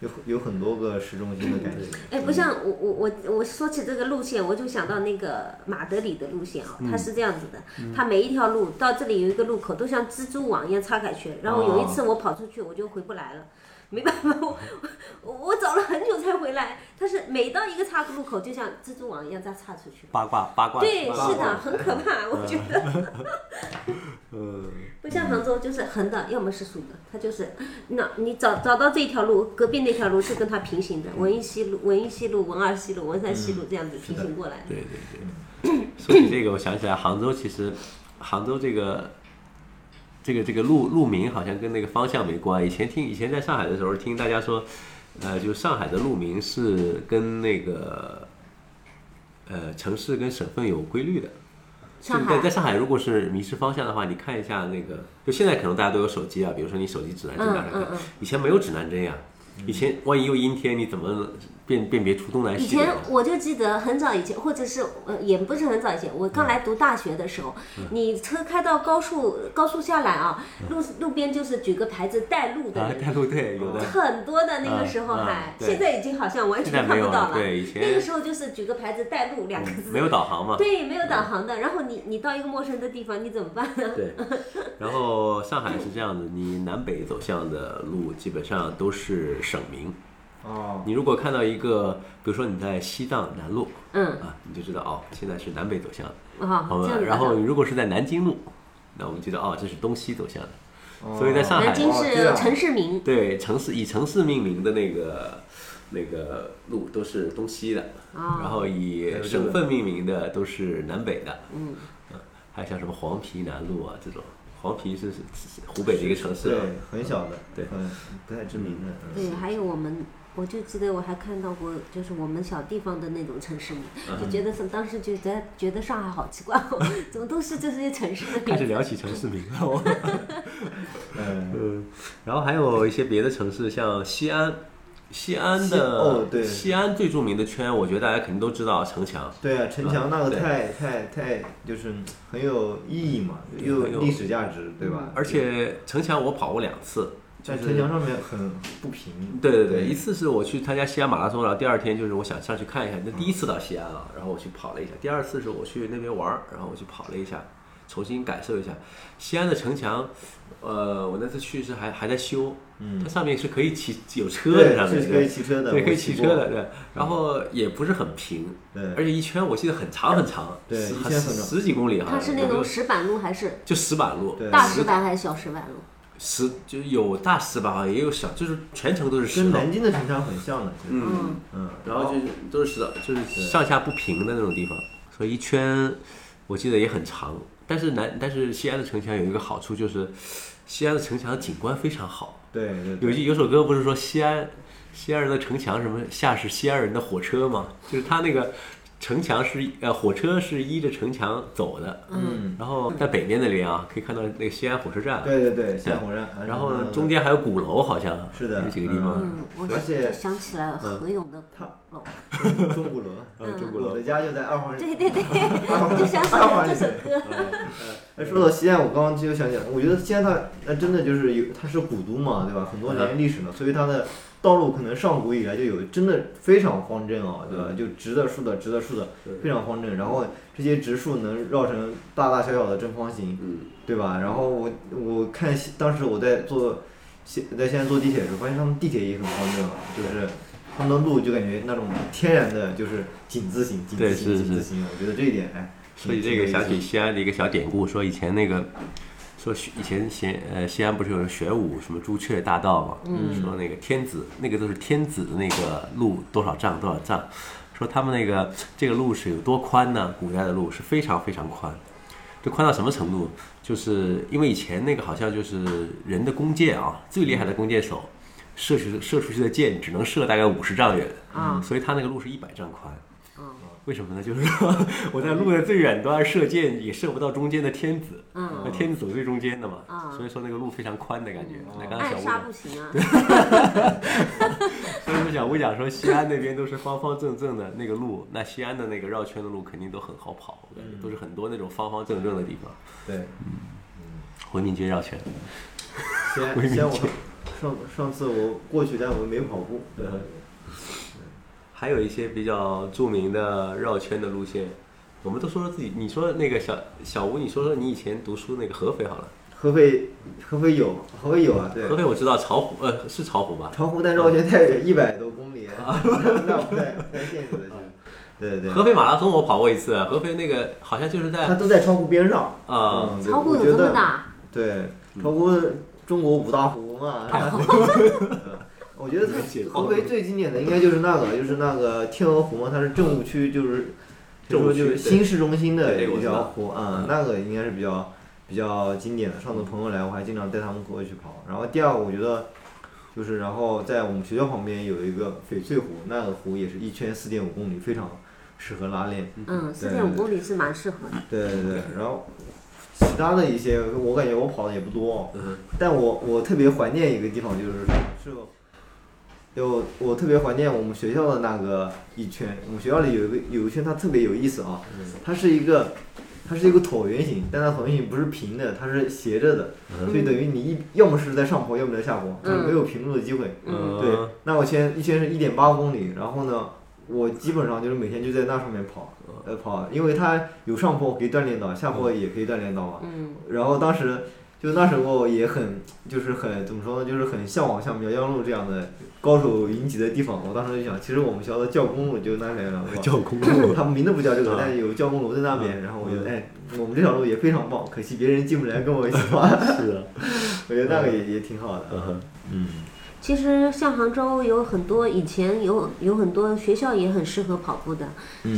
Speaker 1: 有有很多个市中心的感觉，
Speaker 2: 哎，不像我我我我说起这个路线，我就想到那个马德里的路线啊、它是这样子的，它每一条路到这里有一个路口，都像蜘蛛网一样插开去。然后有一次我跑出去，我就回不来了。没办法，我我我找了很久才回来。但是每到一个岔路口，就像蜘蛛网一样再插出去。
Speaker 3: 八卦八卦，
Speaker 2: 对，
Speaker 3: 八卦
Speaker 2: 是的，，很可怕，我觉得。
Speaker 3: 嗯，
Speaker 2: 不像杭州，就是横的，要么是竖的，它就是，那你找找到这一条路，隔壁那条路是跟它平行的，文一西路、文一西路、文二西路、文三西
Speaker 3: 嗯
Speaker 2: 路这样子平行过来。
Speaker 3: 对对对。说起这个，我想起来杭州其实杭州这个。这个这个路路名好像跟那个方向没关。以前听以前在上海的时候听大家说，呃，就上海的路名是跟那个呃城市跟省份有规律的。
Speaker 2: 上
Speaker 3: 对，在
Speaker 2: 海，
Speaker 3: 上海，如果是迷失方向的话，你看一下那个，就现在可能大家都有手机啊，比如说你手机指南针啊
Speaker 2: 嗯
Speaker 3: 什么
Speaker 2: 嗯
Speaker 3: 的，
Speaker 2: 嗯，
Speaker 3: 以前没有指南针呀、以前万一又阴天，你怎么辨辨别出东南
Speaker 2: 以
Speaker 3: 西北啊
Speaker 2: 前
Speaker 3: 呢？
Speaker 2: 我就记得很早以前，或者是呃，也不是很早以前，我
Speaker 3: 嗯
Speaker 2: 刚来读大学的时候，你车开到高速高速下来啊，路路边就是举个牌子带路的
Speaker 3: 嗯啊，
Speaker 2: 人。
Speaker 3: 带路队有的，
Speaker 2: 很多的那个时候
Speaker 3: 啊啊
Speaker 2: 还，
Speaker 3: 对
Speaker 2: 现在已经好像完
Speaker 3: 现在
Speaker 2: 全
Speaker 3: 没
Speaker 2: 看
Speaker 3: 有
Speaker 2: 不
Speaker 3: 了
Speaker 2: 到了。
Speaker 3: 对以前
Speaker 2: 那个时候就是举个牌子“带路”两个字，
Speaker 3: 嗯没有导航嘛。
Speaker 2: 对，没有导航的。然后你你到一个陌生的地方，你怎么办呢？
Speaker 3: 对，然后上海是这样的，你南北走向的路基本上都是省名。
Speaker 1: 哦，
Speaker 3: 你如果看到一个，比如说你在西藏南路
Speaker 2: 嗯，
Speaker 3: 啊，你就知道哦，现在是南北走向的。
Speaker 2: 啊，
Speaker 3: 好
Speaker 2: 这
Speaker 3: 吧
Speaker 2: 样，子
Speaker 3: 然
Speaker 2: 的
Speaker 3: 后你如果是在南京路，那我们觉得哦，这是东西走向的。
Speaker 1: 哦
Speaker 3: 所以在上海
Speaker 2: 啊南京
Speaker 1: 哦这
Speaker 2: 是
Speaker 1: 样
Speaker 2: 城市名，
Speaker 3: 对，城市以城市命名的那个那个路都是东西的，
Speaker 2: 哦
Speaker 3: 然后以
Speaker 1: 对
Speaker 3: 省份命名的都是南北的，啊
Speaker 2: 嗯，
Speaker 3: 还有像什么黄陂南路啊这种，黄陂是是是湖北的一个城市
Speaker 1: 对
Speaker 3: 啊，
Speaker 1: 很小的，
Speaker 3: 对
Speaker 1: 很不太知名的，
Speaker 2: 嗯对，还有我们，我就记得我还看到过，就是我们小地方的那种城市名，
Speaker 3: 嗯
Speaker 2: 就觉得是当时觉得觉得上海好奇怪哦， 怎么都是这些城市的
Speaker 3: 开始
Speaker 2: 名字？
Speaker 3: 聊起城市名了。我
Speaker 1: 嗯嗯，
Speaker 3: 嗯，然后还有一些别的城市，像西安。西安
Speaker 1: 西
Speaker 3: 的
Speaker 1: 哦对
Speaker 3: 西安最著名的圈，我觉得大家肯定都知道城墙，
Speaker 1: 对啊，城墙那
Speaker 3: 对
Speaker 1: 个太太太就是很有意义嘛，
Speaker 3: 对
Speaker 1: 又
Speaker 3: 很有嗯
Speaker 1: 有历史价值，对吧？
Speaker 3: 而且城墙我跑过两次，
Speaker 1: 在
Speaker 3: 就是
Speaker 1: 城墙上面很不平，
Speaker 3: 对对对，一次是我去参加西安马拉松，然后第二天就是我想上去看一下。那第一次到西安了，然后我去跑了一下。第二次是我去那边玩儿，然后我去跑了一下，重新感受一下西安的城墙。呃，我那次去是还还在修，
Speaker 1: 嗯
Speaker 3: 它，上面是可以骑有车的，
Speaker 1: 对，
Speaker 3: 上
Speaker 1: 这
Speaker 3: 面
Speaker 1: 是可以骑车的，
Speaker 3: 对，
Speaker 1: 我
Speaker 3: 可以骑
Speaker 1: 骑
Speaker 3: 车
Speaker 1: 过
Speaker 3: 的，，对。然后也不是很平，而
Speaker 1: 对，
Speaker 3: 且一圈我记得很长很长，
Speaker 1: 对
Speaker 3: 十
Speaker 1: 一圈很长
Speaker 3: 十几公里好
Speaker 2: 它
Speaker 3: 像。
Speaker 2: 是那
Speaker 3: 有没有
Speaker 2: 种石板路还是
Speaker 3: 就石板路，
Speaker 1: 对
Speaker 2: 大石板还是小石板路？
Speaker 3: 石就是有大石板，好像也有小，就是全程都是石
Speaker 1: 跟
Speaker 3: 头。
Speaker 1: 南京的城墙很像的，其实，
Speaker 3: 嗯。
Speaker 2: 嗯，
Speaker 1: 嗯，
Speaker 3: 然后就是都是石头，就是上下不平的那种地方，所以一圈我记得也很长。但是南，但是西安的城墙有一个好处就是，西安的城墙景观非常好。
Speaker 1: 对对
Speaker 3: 有
Speaker 1: 对，
Speaker 3: 一有首歌不是说西安西安人的城墙什么下是西安人的火车吗？就是他那个城墙是呃火车是依着城墙走的，
Speaker 1: 嗯，
Speaker 3: 然后在北面那里啊可以看到那个西安火车站，
Speaker 1: 对对对，像火车站，
Speaker 3: 然后
Speaker 1: 嗯
Speaker 3: 中间还有鼓楼，好像
Speaker 1: 是的
Speaker 3: 有几个地方。
Speaker 2: 嗯，我
Speaker 1: 而且
Speaker 2: 就想起来了何勇的鼓楼，
Speaker 1: 钟鼓楼，
Speaker 3: 嗯，中鼓
Speaker 1: 我
Speaker 3: 楼
Speaker 1: 的家就在二环。
Speaker 2: 对对对，
Speaker 1: 二环
Speaker 2: 就想起
Speaker 1: 二环
Speaker 2: 来
Speaker 1: 里
Speaker 2: 这首歌，
Speaker 1: 哎，说到西安，我刚刚就想起来，我觉得西安它那真的就是有，它是古都嘛，对吧？很多
Speaker 3: 嗯
Speaker 1: 年历史了，所以它的道路可能上古以来就有，真的非常方正啊，对吧？
Speaker 3: 嗯
Speaker 1: 就直的、竖的、直的、竖的，非常方正。然后这些直竖能绕成大大小小的正方形，
Speaker 3: 嗯，
Speaker 1: 对吧？然后我我看西当时我在坐西在西安坐地铁的时候，发现他们地铁也很方正啊，就是。他们的路就感觉那种天然的，就是井字形、井字
Speaker 3: 对
Speaker 1: 形、
Speaker 3: 是
Speaker 1: 井字形。我觉得这一点，哎，
Speaker 3: 所以这
Speaker 1: 挺有
Speaker 3: 个
Speaker 1: 意
Speaker 3: 想
Speaker 1: 思
Speaker 3: 起西安的一个小典故，说以前那个，说学以前西呃西安不是有学武什么朱雀大道嘛，
Speaker 2: 嗯
Speaker 3: 说那个天子那个都是天子的那个路多少丈多少丈，说他们那个这个路是有多宽呢？古代的路是非常非常宽，这宽到什么程度？就是因为以前那个好像就是人的弓箭啊，最厉害的弓箭手射出射出去的箭只能射大概五十丈远
Speaker 2: 啊
Speaker 3: 所以他那个路是一百丈宽。
Speaker 2: 嗯
Speaker 3: 为什么呢？就是说我在路的最远端射箭也射不到中间的天子，
Speaker 2: 嗯
Speaker 3: 那天子走最中间的嘛，
Speaker 2: 啊
Speaker 3: 所以说那个路非常宽的感觉。那刚
Speaker 2: 暗
Speaker 3: 才小
Speaker 2: 嗯
Speaker 3: 吴
Speaker 2: 杀
Speaker 3: 讲，
Speaker 2: 不行啊，
Speaker 3: 所以说小吴讲说西安那边都是方方正正的那个路，那西安的那个绕圈的路肯定都很好跑，我
Speaker 2: 嗯
Speaker 3: 感觉都是很多那种方方正正的地方，
Speaker 1: 对，
Speaker 3: 回民街绕圈。
Speaker 1: 西安
Speaker 3: 为，民
Speaker 1: 西安我
Speaker 3: 请
Speaker 1: 上上次我过去，但我没跑步。呃对，
Speaker 3: 还有一些比较著名的绕圈的路线，我们都说说自己。你说那个小小吴，你说说你以前读书那个合肥好了，
Speaker 1: 合肥合肥有合肥有啊，对
Speaker 3: 合，肥我知道巢湖，呃，是巢湖吧？
Speaker 1: 长湖但绕圈太远，一百多公里， 那不太不太现实的事。对对
Speaker 3: 合
Speaker 1: 对，
Speaker 3: 肥马拉松我跑过一次，合肥那个好像就是
Speaker 1: 它
Speaker 3: 在
Speaker 1: 都在巢湖边上。
Speaker 3: 啊
Speaker 1: 嗯，
Speaker 2: 巢湖
Speaker 1: 我
Speaker 2: 有
Speaker 1: 觉
Speaker 2: 这么
Speaker 1: 得
Speaker 2: 大？
Speaker 1: 对，
Speaker 3: 嗯
Speaker 1: 巢湖中国五大湖 嘛。我觉得它合肥最经典的应该就是那个，就是那个天鹅湖嘛，它是政务区，就是就
Speaker 3: 政务
Speaker 1: 说
Speaker 3: 区
Speaker 1: 就是新市中心的
Speaker 3: 对对我
Speaker 1: 一
Speaker 3: 知道
Speaker 1: 条湖啊
Speaker 3: 嗯，
Speaker 1: 那个应该是比较比较经典的。上次朋友来，我还经常带他们过去跑。然后第二个，我觉得就是然后在我们学校旁边有一个翡翠湖，那个湖也是一圈四点五公里，非常适合拉练。
Speaker 2: 嗯，四点五公里是蛮适合的。嗯
Speaker 1: 对对对，然后其他的一些，我感觉我跑的也不多，
Speaker 3: 嗯
Speaker 1: 但我我特别怀念一个地方，就是是就我特别怀念我们学校的那个一圈，我们学校里有一个有一圈，它特别有意思啊，它是一个它是一个椭圆形，但它椭圆形不是平的，它是斜着的，所以等于你一要么是在上坡，要么在下坡，就是没有平路的机会。
Speaker 3: 嗯
Speaker 1: 对，那我圈一圈是一点八公里，然后呢，我基本上就是每天就在那上面跑，
Speaker 3: 嗯
Speaker 1: 呃跑，因为它有上坡可以锻炼到，下坡也可以锻炼到嘛。
Speaker 2: 嗯
Speaker 1: 然后当时就那时候也很就是很怎么说呢，就是很向往像苗江路这样的高手云集的地方。我当时就想，其实我们学校的教工路就那条 路，
Speaker 3: 叫公路，
Speaker 1: 他们名字不叫这个
Speaker 3: 啊，
Speaker 1: 但是有教工楼在那边。然后我觉得，
Speaker 3: 嗯
Speaker 1: 哎，我们这条路也非常棒，可惜别人进不来跟我一起 玩。
Speaker 3: 是啊，
Speaker 1: 我觉得那个也也挺好的。
Speaker 3: 嗯哼嗯，
Speaker 2: 其实像杭州有很多以前有有很多学校也很适合跑步的，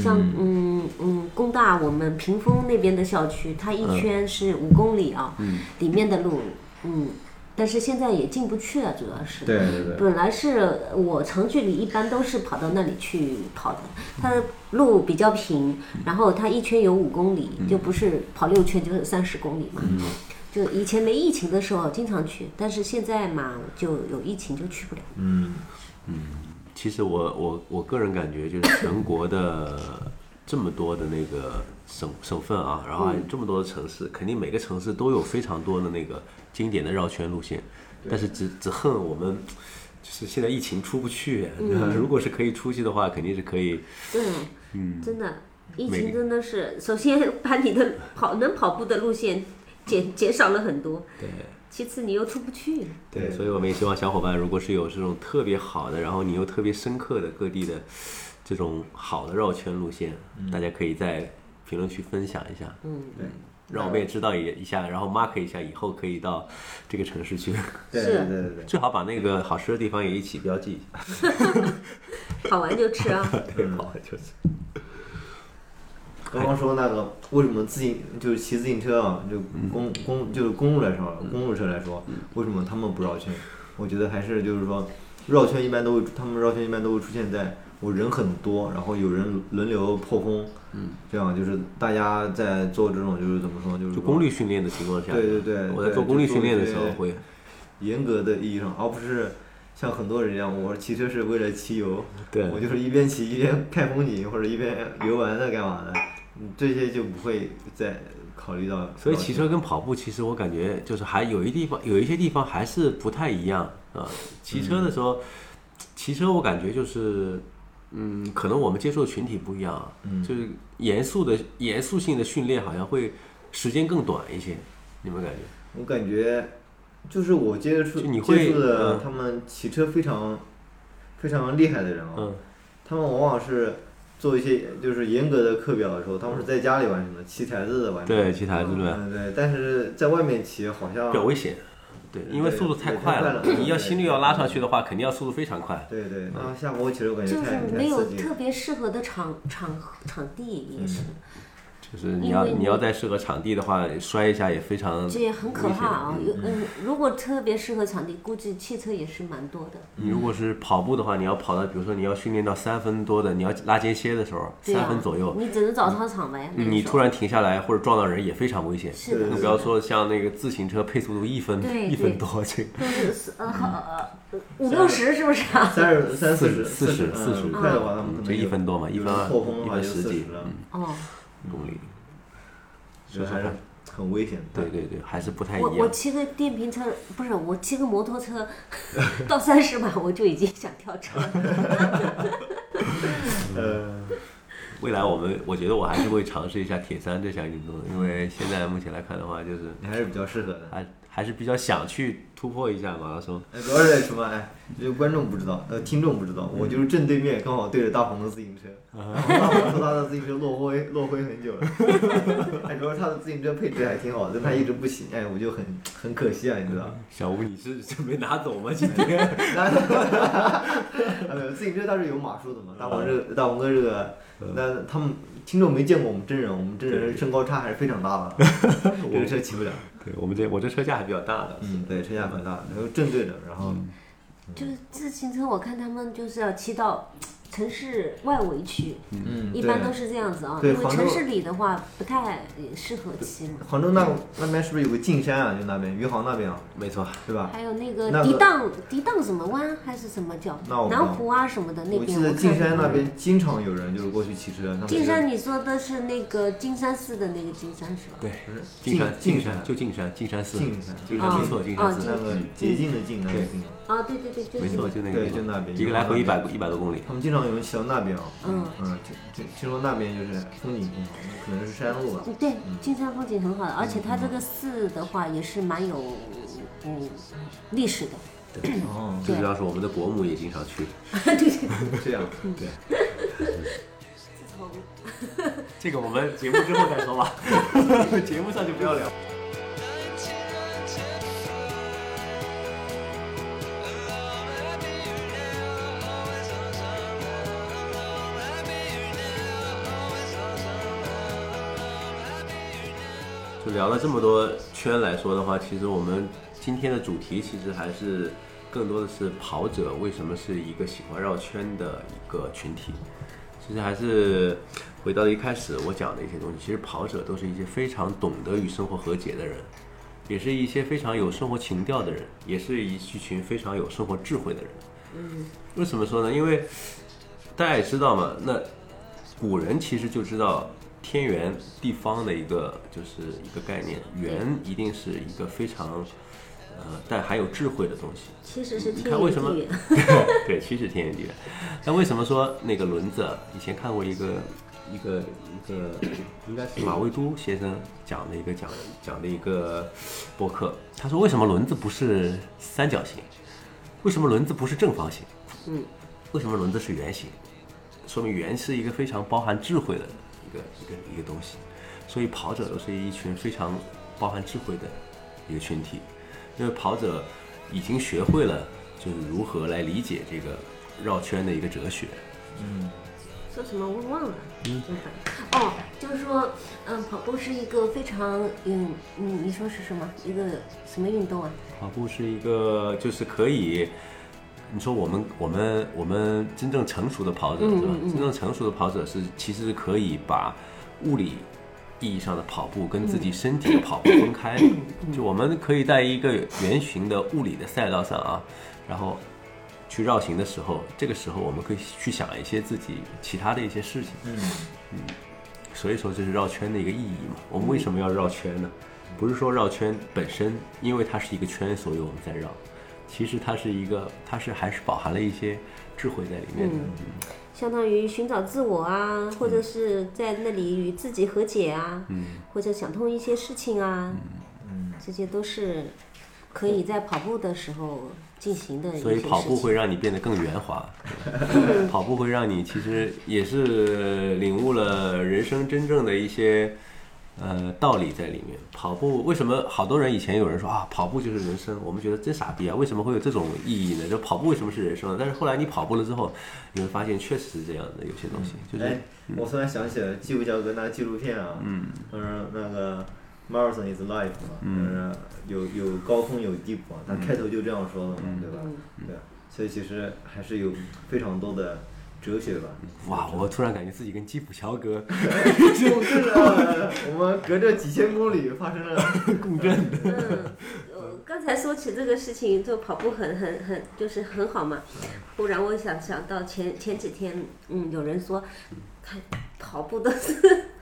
Speaker 2: 像嗯嗯工大我们屏风那边的校区，它
Speaker 1: 嗯
Speaker 2: 一圈是五公里啊，里面的路，嗯，但是现在也进不去了，主要是。
Speaker 1: 对对对，
Speaker 2: 本来是我长距离一般都是跑到那里去跑的，它的路比较平，
Speaker 1: 嗯
Speaker 2: 然后它一圈有五公里，就不是跑六圈就是三十公里嘛。
Speaker 1: 嗯
Speaker 2: 就以前没疫情的时候经常去，但是现在嘛就有疫情就去不了。
Speaker 1: 嗯，
Speaker 3: 其实我我我个人感觉就是全国的这么多的那个省省份啊，然后还有这么多的城市，肯定每个城市都有非常多的那个经典的绕圈路线，但是只只恨我们。就是现在疫情出不去，如果是可以出去的话，肯定是可以。
Speaker 2: 对，
Speaker 1: 嗯
Speaker 2: 真的，疫
Speaker 3: 每
Speaker 2: 情
Speaker 3: 个
Speaker 2: 真的是首先把你的跑能跑步的路线减减少了很多，
Speaker 3: 对，
Speaker 2: 其次你又出不去。
Speaker 1: 对。
Speaker 3: 所以我们也希望小伙伴，如果是有这种特别好的，然后你又特别深刻的各地的这种好的绕圈路线，大家可以在评论区分享一下，
Speaker 1: 嗯对
Speaker 3: 让我们也知道一一下，然后 mark 一下，以后可以到这个城市去，
Speaker 1: 对
Speaker 2: 是
Speaker 1: 对对对
Speaker 3: 最好把那个好吃的地方也一起标记一下。
Speaker 2: 跑完就吃 啊，
Speaker 3: 对，好，就是
Speaker 1: 嗯刚刚说那个为什么自行就是骑自行车啊，就
Speaker 3: 嗯
Speaker 1: 公公就是公路来说，啊公路车来说，为什么他们不绕圈？我觉得还是就是说，绕圈一般都会，他们绕圈一般都会出现在我人很多，然后有人轮流破空，嗯，这样就是大家在做这种就是怎么说，就是说
Speaker 3: 就功率训练的情况下，
Speaker 1: 对对对
Speaker 3: 我在
Speaker 1: 对
Speaker 3: 做功率
Speaker 1: 就
Speaker 3: 训练的时候
Speaker 1: 做一些
Speaker 3: 会，
Speaker 1: 严格的意义上，而不是像很多人一样，我骑车是为了骑游，
Speaker 3: 对
Speaker 1: 我就是一边骑一边看风景或者一边游玩的干嘛的，嗯这些就不会再考虑到。
Speaker 3: 所以骑车跟跑步，其实我感觉就是还有一地方，有一些地方还是不太一样啊。骑车的时候，骑车我感觉就是，嗯，可能我们接触的群体不一样啊，
Speaker 1: 嗯
Speaker 3: 就是严肃的、严肃性的训练好像会时间更短一些，你们感觉？
Speaker 1: 我感觉就是我接触
Speaker 3: 就你会
Speaker 1: 接触的
Speaker 3: 嗯
Speaker 1: 他们骑车非常非常厉害的人啊，
Speaker 3: 嗯，
Speaker 1: 他们往往是做一些就是严格的课表的时候，他们是在家里完成的，骑台子的完成的。
Speaker 3: 对，骑台子对吧？
Speaker 1: 嗯对，但是在外面骑好像
Speaker 3: 比较危险，对，因为速度太
Speaker 1: 对
Speaker 3: 快了，
Speaker 1: 太快了
Speaker 3: 你要心率要拉上去的话，肯定要速度非常快。
Speaker 1: 对对，那下坡其实我感觉
Speaker 2: 就是
Speaker 1: 太太
Speaker 2: 没有
Speaker 1: 刺激了。
Speaker 2: 特别适合的场场场地也是。
Speaker 3: 就是你要
Speaker 2: 因为
Speaker 3: 你要在适合场地的话，摔一下也非常
Speaker 2: 这也很可
Speaker 3: 危险
Speaker 2: 怕啊！有嗯，如果特别适合场地，估计汽车也是蛮多的。
Speaker 3: 你如果是跑步的话，你要跑到，比如说你要训练到三分多的，你要拉间歇的时候，
Speaker 2: 对
Speaker 3: 三
Speaker 2: 啊，
Speaker 3: 分左右，嗯
Speaker 2: 你只能找操场呗。那个
Speaker 3: 你
Speaker 2: 时候
Speaker 3: 突然停下来或者撞到人也非常危险。
Speaker 2: 是
Speaker 1: 对
Speaker 2: 的，
Speaker 3: 更
Speaker 2: 是
Speaker 3: 不要
Speaker 2: 的
Speaker 3: 说像那个自行车配速度一分
Speaker 2: 对
Speaker 3: 一
Speaker 2: 对
Speaker 3: 分多，这个
Speaker 2: 就是呃呃呃五六十是不
Speaker 3: 哎
Speaker 2: 是 啊？
Speaker 1: 三十三
Speaker 3: 四
Speaker 1: 十
Speaker 3: 四
Speaker 1: 十
Speaker 3: 四十
Speaker 1: 嗯快的话他们可能
Speaker 3: 就一分多嘛，一
Speaker 1: 有
Speaker 3: 分二
Speaker 1: 破风
Speaker 3: 一
Speaker 1: 的话
Speaker 3: 分
Speaker 1: 就
Speaker 3: 十
Speaker 1: 四
Speaker 3: 几嗯
Speaker 1: 十了，
Speaker 2: 哦，
Speaker 3: 公里。
Speaker 1: 这还是很危险的。
Speaker 3: 对对对，还是不太一
Speaker 2: 我我
Speaker 3: 样。
Speaker 2: 骑个电瓶车不是，我骑个摩托车到三十码我就已经想跳车了。
Speaker 1: 呃，
Speaker 3: 未来我们我觉得我还是会尝试一下铁三这项运动的，因为现在目前来看的话，就是
Speaker 1: 你还是比较适合的。
Speaker 3: 还还是比较想去突破一下马拉松。
Speaker 1: 哎，主要是什么？哎，就观众不知道，呃，听众不知道，我
Speaker 3: 嗯
Speaker 1: 就是正对面，刚好对着大鹏的自行车，
Speaker 3: 啊
Speaker 1: 然后大鹏说他的自行车落灰落灰很久了， 哎，主要是他的自行车配置还挺好，但他一直不行，哎，我就很很可惜啊，你知道。
Speaker 3: 小吴，你是准备拿走吗？今天？
Speaker 1: 呃，自行车它是有码数的嘛，大鹏这个大鹏哥这个，那他们听众没见过我们真人，我们真人身高差还是非常大的，这个车骑不了。
Speaker 3: 对我们这我这车架还比较大的，
Speaker 1: 嗯，对，车架很大，然后正对着，然后
Speaker 2: 就是自行车，我看他们就是要骑到城市外围区，
Speaker 1: 嗯，
Speaker 2: 一
Speaker 1: 对
Speaker 2: 般都是这样子啊、
Speaker 1: 对
Speaker 2: 因为
Speaker 1: 杭州
Speaker 2: 城市里的话不太适合骑嘛。
Speaker 1: 杭州那那边是不是有个径山啊？就那边余杭那边啊，
Speaker 3: 没错，
Speaker 1: 对吧？
Speaker 2: 还有那个
Speaker 1: 那个
Speaker 2: 涤荡涤荡什么湾还是什么叫
Speaker 1: 那我不知道
Speaker 2: 南湖啊什么的那
Speaker 1: 我
Speaker 2: 边，
Speaker 1: 记得
Speaker 2: 看
Speaker 1: 径山
Speaker 2: 到
Speaker 1: 那。边经常有人就是过去骑车，他们
Speaker 2: 金
Speaker 1: 就
Speaker 2: 山，你说的是那个金山寺的那个金山是吧？
Speaker 3: 对，
Speaker 1: 不是
Speaker 3: 径山，
Speaker 1: 径
Speaker 3: 径
Speaker 1: 山
Speaker 3: 山就径山，径山寺，
Speaker 1: 径山
Speaker 3: 就是
Speaker 2: 哦
Speaker 3: 没错，径
Speaker 2: 哦
Speaker 3: 山
Speaker 1: 那
Speaker 3: 寺，
Speaker 1: 个捷径的径，那个径，
Speaker 2: 啊，对对对，就
Speaker 3: 没
Speaker 2: 是
Speaker 3: 错，就那个
Speaker 1: 对
Speaker 3: 地方
Speaker 1: 就那边
Speaker 3: 一个来回一百一百多公里，
Speaker 1: 他们经常有人骑到那边啊。
Speaker 2: 嗯
Speaker 1: 嗯，听听听说那边就是风景挺好，可能是山路吧。
Speaker 2: 对，
Speaker 1: 嗯
Speaker 2: 金山风景很好的，而且它这个寺的话也是蛮有嗯历史的。
Speaker 1: 哦，
Speaker 3: 最主要是我们的国母也经常去。
Speaker 1: 这样，
Speaker 3: 对。这个我们节目之后再说吧，节目上就不要聊。就聊了这么多圈来说的话，其实我们今天的主题其实还是更多的是跑者为什么是一个喜欢绕圈的一个群体。其实还是回到了一开始我讲的一些东西。其实跑者都是一些非常懂得与生活和解的人，也是一些非常有生活情调的人，也是一群非常有生活智慧的人。嗯，为什么说呢？因为大家也知道嘛，那古人其实就知道天圆地方的一个就是一个概念，圆一定是一个非常呃但含有智慧的东西。
Speaker 2: 其实是
Speaker 3: 你
Speaker 2: 天
Speaker 3: 看为
Speaker 2: 圆
Speaker 3: 什么
Speaker 2: 地圆，
Speaker 3: 对，其实天圆地圆。那为什么说那个轮子啊？以前看过一个一个一个，应该是马未都先生讲的一个讲讲的一个博客，他说为什么轮子不是三角形？为什么轮子不是正方形？
Speaker 2: 嗯，
Speaker 3: 为什么轮子是圆形？说明圆是一个非常包含智慧的一个一个一个东西。所以跑者都是一群非常包含智慧的一个群体，因为跑者已经学会了就是如何来理解这个绕圈的一个哲学。
Speaker 1: 嗯，
Speaker 2: 说什么我忘了。嗯，哦，就是说，嗯，跑步是一个非常嗯嗯，你说是什么一个什么运动啊？
Speaker 3: 跑步是一个就是可以，你说我们我们我们真正成熟的跑者是
Speaker 2: 嗯
Speaker 3: 吧？
Speaker 2: 嗯嗯
Speaker 3: 真正成熟的跑者是其实是可以把物理。意义上的跑步跟自己身体的跑步分开的，
Speaker 2: 嗯
Speaker 3: 就我们可以在一个圆形的物理的赛道上啊，然后去绕行的时候，这个时候我们可以去想一些自己其他的一些事情。嗯所以说这是绕圈的一个意义嘛。我们为什么要绕圈呢？不是说绕圈本身，因为它是一个圈，所以我们在绕。其实它是一个，它是还是饱含了一些智慧在里面的。
Speaker 2: 相当于寻找自我啊，或
Speaker 3: 嗯
Speaker 2: 者是在那里与自己和解啊，或者想通一些事情啊，
Speaker 3: 嗯
Speaker 2: 这些都是可以在跑步的时候进行的一些
Speaker 3: 所以跑步
Speaker 2: 事情
Speaker 3: 会让你变得更圆滑，跑步会让你其实也是领悟了人生真正的一些呃道理在里面。跑步为什么好多人以前有人说啊，跑步就是人生，我们觉得真傻逼啊，为什么会有这种意义呢？就跑步为什么是人生啊呢？但是后来你跑步了之后，你会发现确实是这样的，有些东西就是嗯
Speaker 1: 哎，我突然想起了季武教哥那个纪录片啊，嗯，嗯，那个 Marathon is life 嘛，嗯，有有高峰有低谷啊，
Speaker 3: 嗯
Speaker 1: 他开头就这样说的嘛，对吧？对，啊所以其实还是有非常多的哲学吧。
Speaker 3: 哇，我突然感觉自己跟基普乔格
Speaker 1: 共振了， 我们隔着几千公里发生了
Speaker 3: 共振的。
Speaker 2: 嗯呃刚才说起这个事情，就跑步很很很就是很好嘛。忽然我想想到前前几天，嗯，有人说，看跑步都是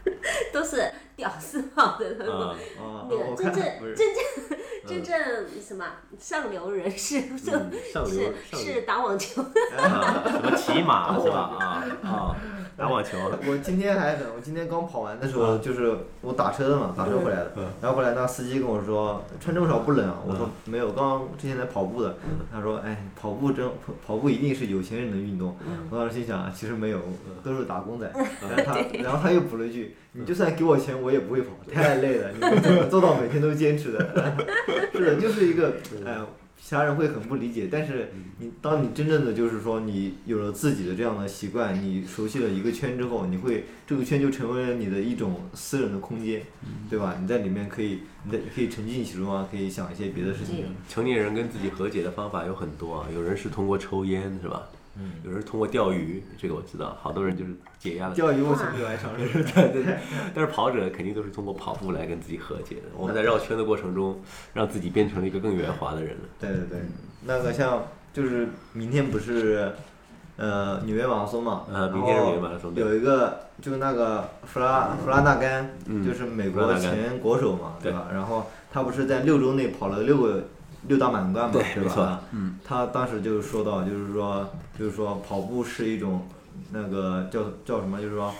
Speaker 2: 都是屌丝跑的，他说
Speaker 3: 嗯
Speaker 1: 啊，
Speaker 2: 那
Speaker 1: 我
Speaker 2: 个真
Speaker 1: 看
Speaker 2: 正
Speaker 1: 不是
Speaker 2: 真正真正什么上流人士 就
Speaker 3: 嗯上流
Speaker 2: 是
Speaker 3: 上流
Speaker 2: 是打网球，
Speaker 3: 啊，什么骑马 是吧？啊啊，打网球。
Speaker 1: 我今天还很，我今天刚跑完的时候，就是我打车的嘛，打车回来的。然后后来那司机跟我说，穿这么少不冷啊？我说没有，刚刚之前在跑步的。他说，哎，跑步真跑跑步一定是有钱人的运动。我当时心想，啊其实没有，都是打工仔。然后他，然后他又补了一句，你就算给我钱，我也不会跑，太累了。你们怎么做到每天都坚持的？ 是的，就是一个，哎。其他人会很不理解，但是
Speaker 3: 嗯
Speaker 1: 你当你真正的就是说你有了自己的这样的习惯，你熟悉了一个圈之后，你会这个圈就成为了你的一种私人的空间，
Speaker 3: 嗯
Speaker 1: 对吧？你在里面可以，你在可以沉浸其中啊，可以
Speaker 3: 嗯
Speaker 1: 想一些别的事情。
Speaker 3: 成年人跟自己和解的方法有很多啊，有人是通过抽烟，是吧？
Speaker 1: 嗯，
Speaker 3: 有人通过钓鱼，这个我知道，好多人就是解压的。
Speaker 1: 钓鱼我从来 尝试，
Speaker 3: 对对对，但是跑者肯定都是通过跑步来跟自己和解的。我们在绕圈的过程中，让自己变成了一个更圆滑的人了。
Speaker 1: 对对对，那个像就是明天不是呃纽约马拉松嘛，
Speaker 3: 呃明天是
Speaker 1: 然后
Speaker 3: 纽约马拉松对
Speaker 1: 有一个就是那个弗拉弗拉纳甘，
Speaker 3: 嗯
Speaker 1: 就是美
Speaker 3: 弗拉
Speaker 1: 国
Speaker 3: 纳甘
Speaker 1: 前国手嘛，
Speaker 3: 对
Speaker 1: 对吧？然后他不是在六周内跑了六个六大满贯嘛，
Speaker 3: 对没
Speaker 1: 吧？啊
Speaker 3: 错嗯，
Speaker 1: 他当时就是说到，就是说就是说跑步是一种那个叫叫什么，就是说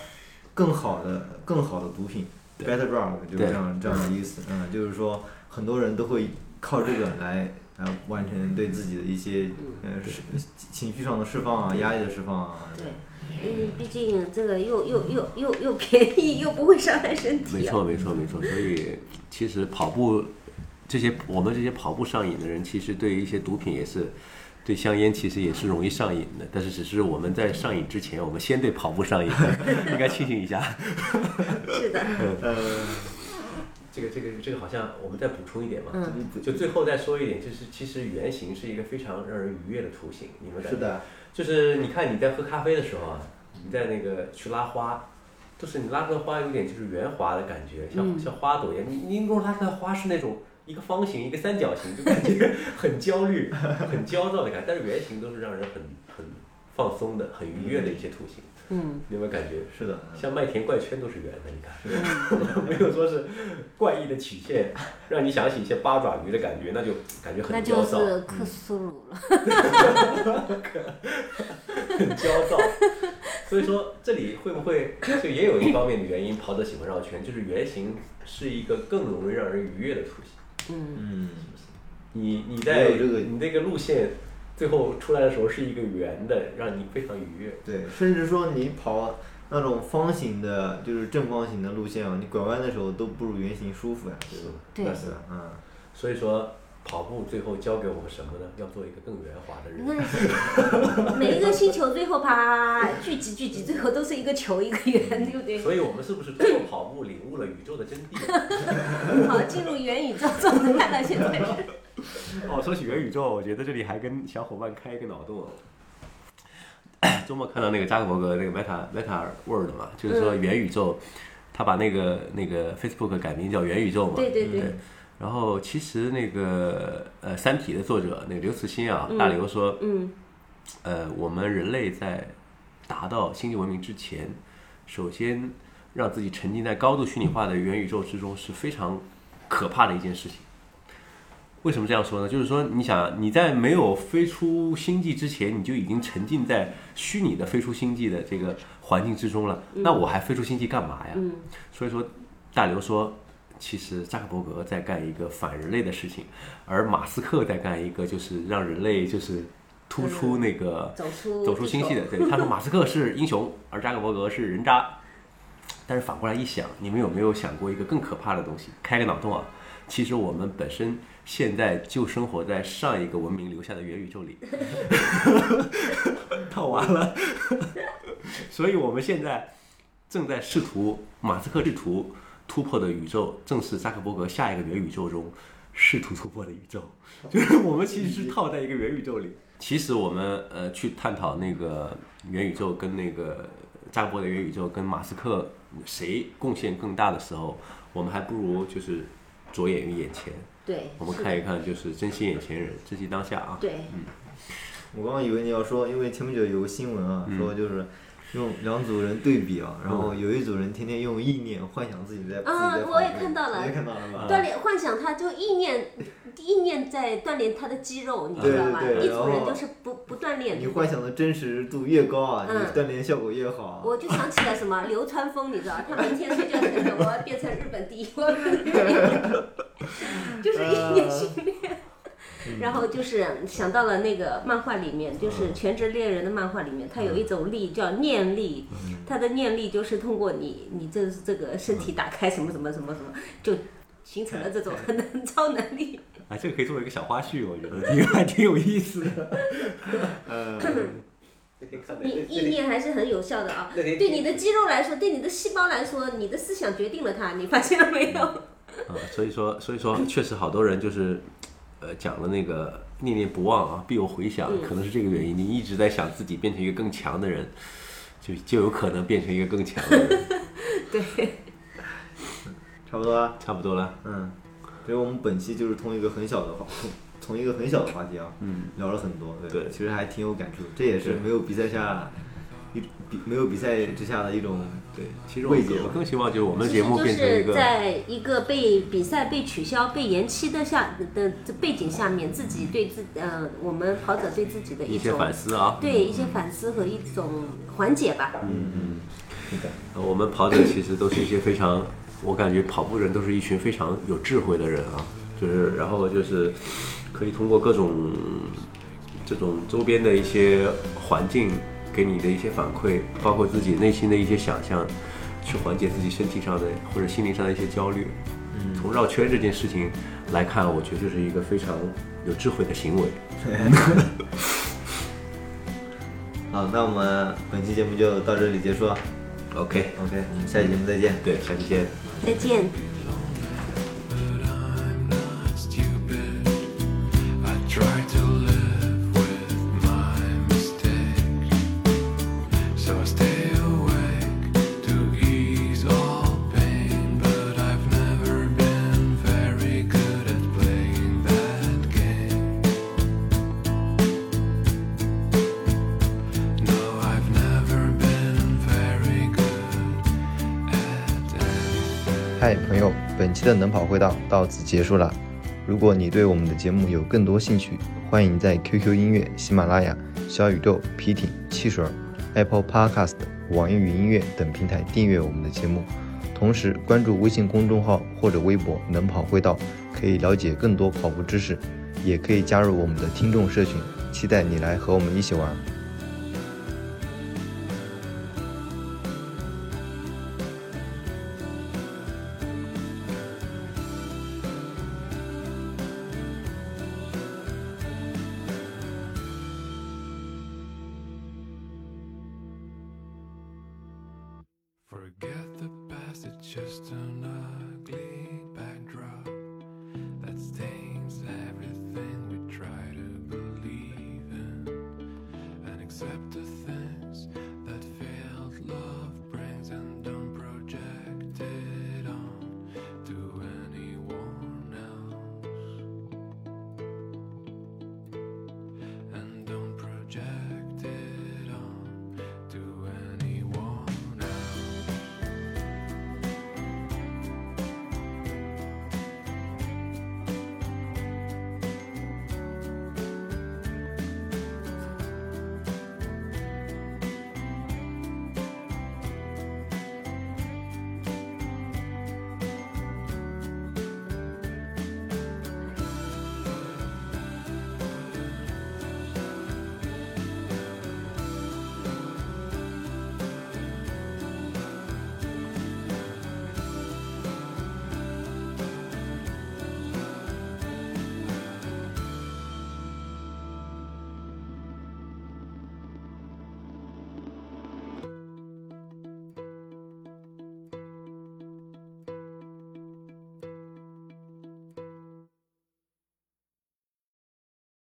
Speaker 1: 更好的更好的毒品
Speaker 3: 对
Speaker 1: ，better drug，就是
Speaker 3: 对
Speaker 1: 这样这样的意思，嗯，就是说很多人都会靠这个来。来完成对自己的一些呃释情绪上的释放啊，压力的释放啊，
Speaker 2: 对，嗯，毕竟这个又又又又又便宜，又不会伤害身体、啊。
Speaker 3: 没错，没错，没错。所以其实跑步这些我们这些跑步上瘾的人，其实对于一些毒品也是，对香烟其实也是容易上瘾的。但是只是我们在上瘾之前，我们先对跑步上瘾， 应该庆幸一下。 嗯
Speaker 2: 是 的，
Speaker 1: 呃，
Speaker 3: 这个这个这个好像我们再补充一点嘛，
Speaker 2: 嗯
Speaker 3: 就最后再说一点，就是其实圆形是一个非常让人愉悦的图形，你们感
Speaker 1: 是
Speaker 3: 觉？
Speaker 1: 的，
Speaker 3: 就是你看你在喝咖啡的时候啊，你在那个去拉花，就是你拉出来花有点就是圆滑的感觉，像、
Speaker 2: 嗯
Speaker 3: 像花朵一样。你你如果拉出来花是那种一个方形一个三角形，就感觉很焦虑、 很焦躁的感觉。但是圆形都是让人很很放松的、很愉悦的一些图形，
Speaker 2: 嗯，
Speaker 3: 你有没有感觉？
Speaker 1: 是的，
Speaker 3: 像麦田怪圈都是圆的，你看， 没有说是怪异的曲线，让你想起一些八爪鱼的感觉，那就感觉
Speaker 2: 那
Speaker 3: 很
Speaker 2: 就
Speaker 3: 焦躁，
Speaker 2: 是克苏鲁了。
Speaker 3: 很焦躁。 所以说这里会不会就也有一方面的原因，跑者喜欢绕圈，就是圆形是一个更容易让人愉悦的图形。
Speaker 2: 嗯，
Speaker 1: 嗯，
Speaker 3: 你你
Speaker 1: 也
Speaker 3: 在
Speaker 1: 有这个
Speaker 3: 你那个路线最后出来的时候是一个圆的，让你非常愉悦。
Speaker 1: 对，甚至说你跑那种方形的，就是正方形的路线啊，你拐弯的时候都不如圆形舒服呀、对吧？
Speaker 2: 对
Speaker 3: 那是
Speaker 1: 是吧？嗯，
Speaker 3: 所以说跑步最后教给我们什么呢？要做一个更圆滑的人
Speaker 2: 你。看，每一个星球最后啪聚集聚集，最后都是一个球一个圆，对不对？
Speaker 3: 所以我们是不是通过跑步领悟了宇宙的真谛？
Speaker 2: 好，进入元宇宙状态了，现 在是。
Speaker 3: 哦，说起元宇宙，我觉得这里还跟小伙伴开一个脑洞哦。周末看到那个扎克伯格那个 Meta Meta World 嘛，就
Speaker 2: 嗯
Speaker 3: 是说元宇宙，他把那个那个 Facebook 改名叫元宇宙嘛。
Speaker 2: 对对对
Speaker 3: 对。然后其实那个呃《三体》的作者那个刘慈欣啊，大刘说，
Speaker 2: 嗯，
Speaker 3: 呃，我们人类在达到星际文明之前，首先让自己沉浸在高度虚拟化的元宇宙之中是非常可怕的一件事情。为什么这样说呢？就是说，你想你在没有飞出星际之前，你就已经沉浸在虚拟的飞出星际的这个环境之中了，那我还飞出星际干嘛呀？所以说，大刘说，其实扎克伯格在干一个反人类的事情，而马斯克在干一个就是让人类就是突出那个
Speaker 2: 走出
Speaker 3: 走出星系的。对，他说马斯克是英雄，而扎克伯格是人渣。但是反过来一想，你们有没有想过一个更可怕的东西？开个脑洞啊！其实我们本身现在就生活在上一个文明留下的元宇宙里， 套完了。所以我们现在正在试图，马斯克试图突破的宇宙，正是扎克伯格下一个元宇宙中试图突破的宇宙。就是我们其实是套在一个元宇宙里。其实我们呃去探讨那个元宇宙跟那个扎克伯格的元宇宙跟马斯克谁贡献更大的时候，我们还不如就是着眼于眼前。
Speaker 2: 对，
Speaker 3: 我们
Speaker 2: 是的
Speaker 3: 看一看，就是珍惜眼前人，珍惜当下啊。
Speaker 2: 对，
Speaker 1: 我刚刚以为你要说，因为前不久有个新闻啊，
Speaker 2: 嗯
Speaker 1: 说就是。用两组人对比啊，然后有一组人天天用意念幻想自己在、自己
Speaker 2: 啊
Speaker 1: 在跑步
Speaker 2: 我也看到了
Speaker 1: 你也看到了吧？
Speaker 2: 锻炼幻想，他就意念，意念在锻炼他的肌肉，你知道吧？
Speaker 1: 对对对
Speaker 2: 一组
Speaker 1: 然
Speaker 2: 人
Speaker 1: 后
Speaker 2: 就是不不锻炼
Speaker 1: 你。幻想的真实度越高啊，
Speaker 2: 嗯
Speaker 1: 你锻炼效果越好。啊
Speaker 2: 我就想起了 什么流川枫，你知道，他明天睡觉前说我要变成日 本第一，我要变成日本 第一，就是意念训练。
Speaker 1: 嗯
Speaker 2: 然后就是想到了那个漫画里面，就是《全职猎人》的漫画里
Speaker 1: 嗯
Speaker 2: 面，它有一种力叫念力，它的念力就是通过你你这这个身体打开什么什么什么什么，就形成了这种很能超能力。
Speaker 3: 哎，这个可以作为一个小花絮，我觉得挺还挺有意思的。
Speaker 1: 呃，
Speaker 2: 你意念还是很有效的啊，
Speaker 3: 那天
Speaker 2: 对你的肌肉来说，对你的细胞来说，你的思
Speaker 3: 嗯
Speaker 2: 想决定了它，你发现了没有？
Speaker 3: 啊，所以说，所以说，确实好多人就是呃讲的那个念念不忘啊，必有回响，可能是这个原因。你一直在想自己变成一个更强的人，就就有可能变成一个更强的人。
Speaker 2: 对，
Speaker 1: 差不多啊，
Speaker 3: 差不多了，
Speaker 1: 嗯，所以我们本期就是从一个很小的话，从一个很小的话题啊，
Speaker 3: 嗯，
Speaker 1: 聊了很多，对，
Speaker 3: 对
Speaker 1: 其实还挺有感触，这也是
Speaker 3: 对
Speaker 1: 没有比赛下一比没有比赛之下的一种
Speaker 3: 对，其实我
Speaker 1: 慰藉吧
Speaker 3: 我更希望就是我们的
Speaker 2: 其
Speaker 3: 节
Speaker 2: 实
Speaker 3: 目
Speaker 2: 就
Speaker 3: 变成一
Speaker 2: 是
Speaker 3: 个，
Speaker 2: 在一个被比赛被取消、被延期的下的这背景下面，自己对自呃，我们跑者对自己的
Speaker 3: 一
Speaker 2: 一
Speaker 3: 些
Speaker 2: 种
Speaker 3: 反思啊。
Speaker 2: 对一些反思和一种缓解吧。
Speaker 3: 嗯呃我们跑者其实都是一些非常，我感觉跑步人都是一群非常有智慧的人啊，就是然后就是可以通过各种这种周边的一些环境给你的一些反馈，包括自己内心的一些想象，去缓解自己身体上的或者心灵上的一些焦虑。
Speaker 2: 嗯
Speaker 3: 从绕圈这件事情来看，我觉得这是一个非常有智慧的行为。
Speaker 1: 好，那我们本期节目就到这里结束啊
Speaker 3: OK，
Speaker 1: ，OK，我们下期节目再见。
Speaker 3: 对，下期见。
Speaker 2: 再见。
Speaker 4: But I'm not stupid. I try to live with my mistakes. So I stay awake to ease all pain. But I've never been very good at playing that game. No, I've never been very good at anything.
Speaker 1: 嗨，朋友，本期的能跑会道到此结束了。如果你对我们的节目有更多兴趣，欢迎在 QQ 音乐、喜马拉雅、小宇宙、皮艇、汽水、Apple Podcast、网易云音乐等平台订阅我们的节目，同时关注微信公众号或者微博“能跑会道”，可以了解更多跑步知识，也可以加入我们的听众社群，期待你来和我们一起玩。
Speaker 4: Forget the past, it's just an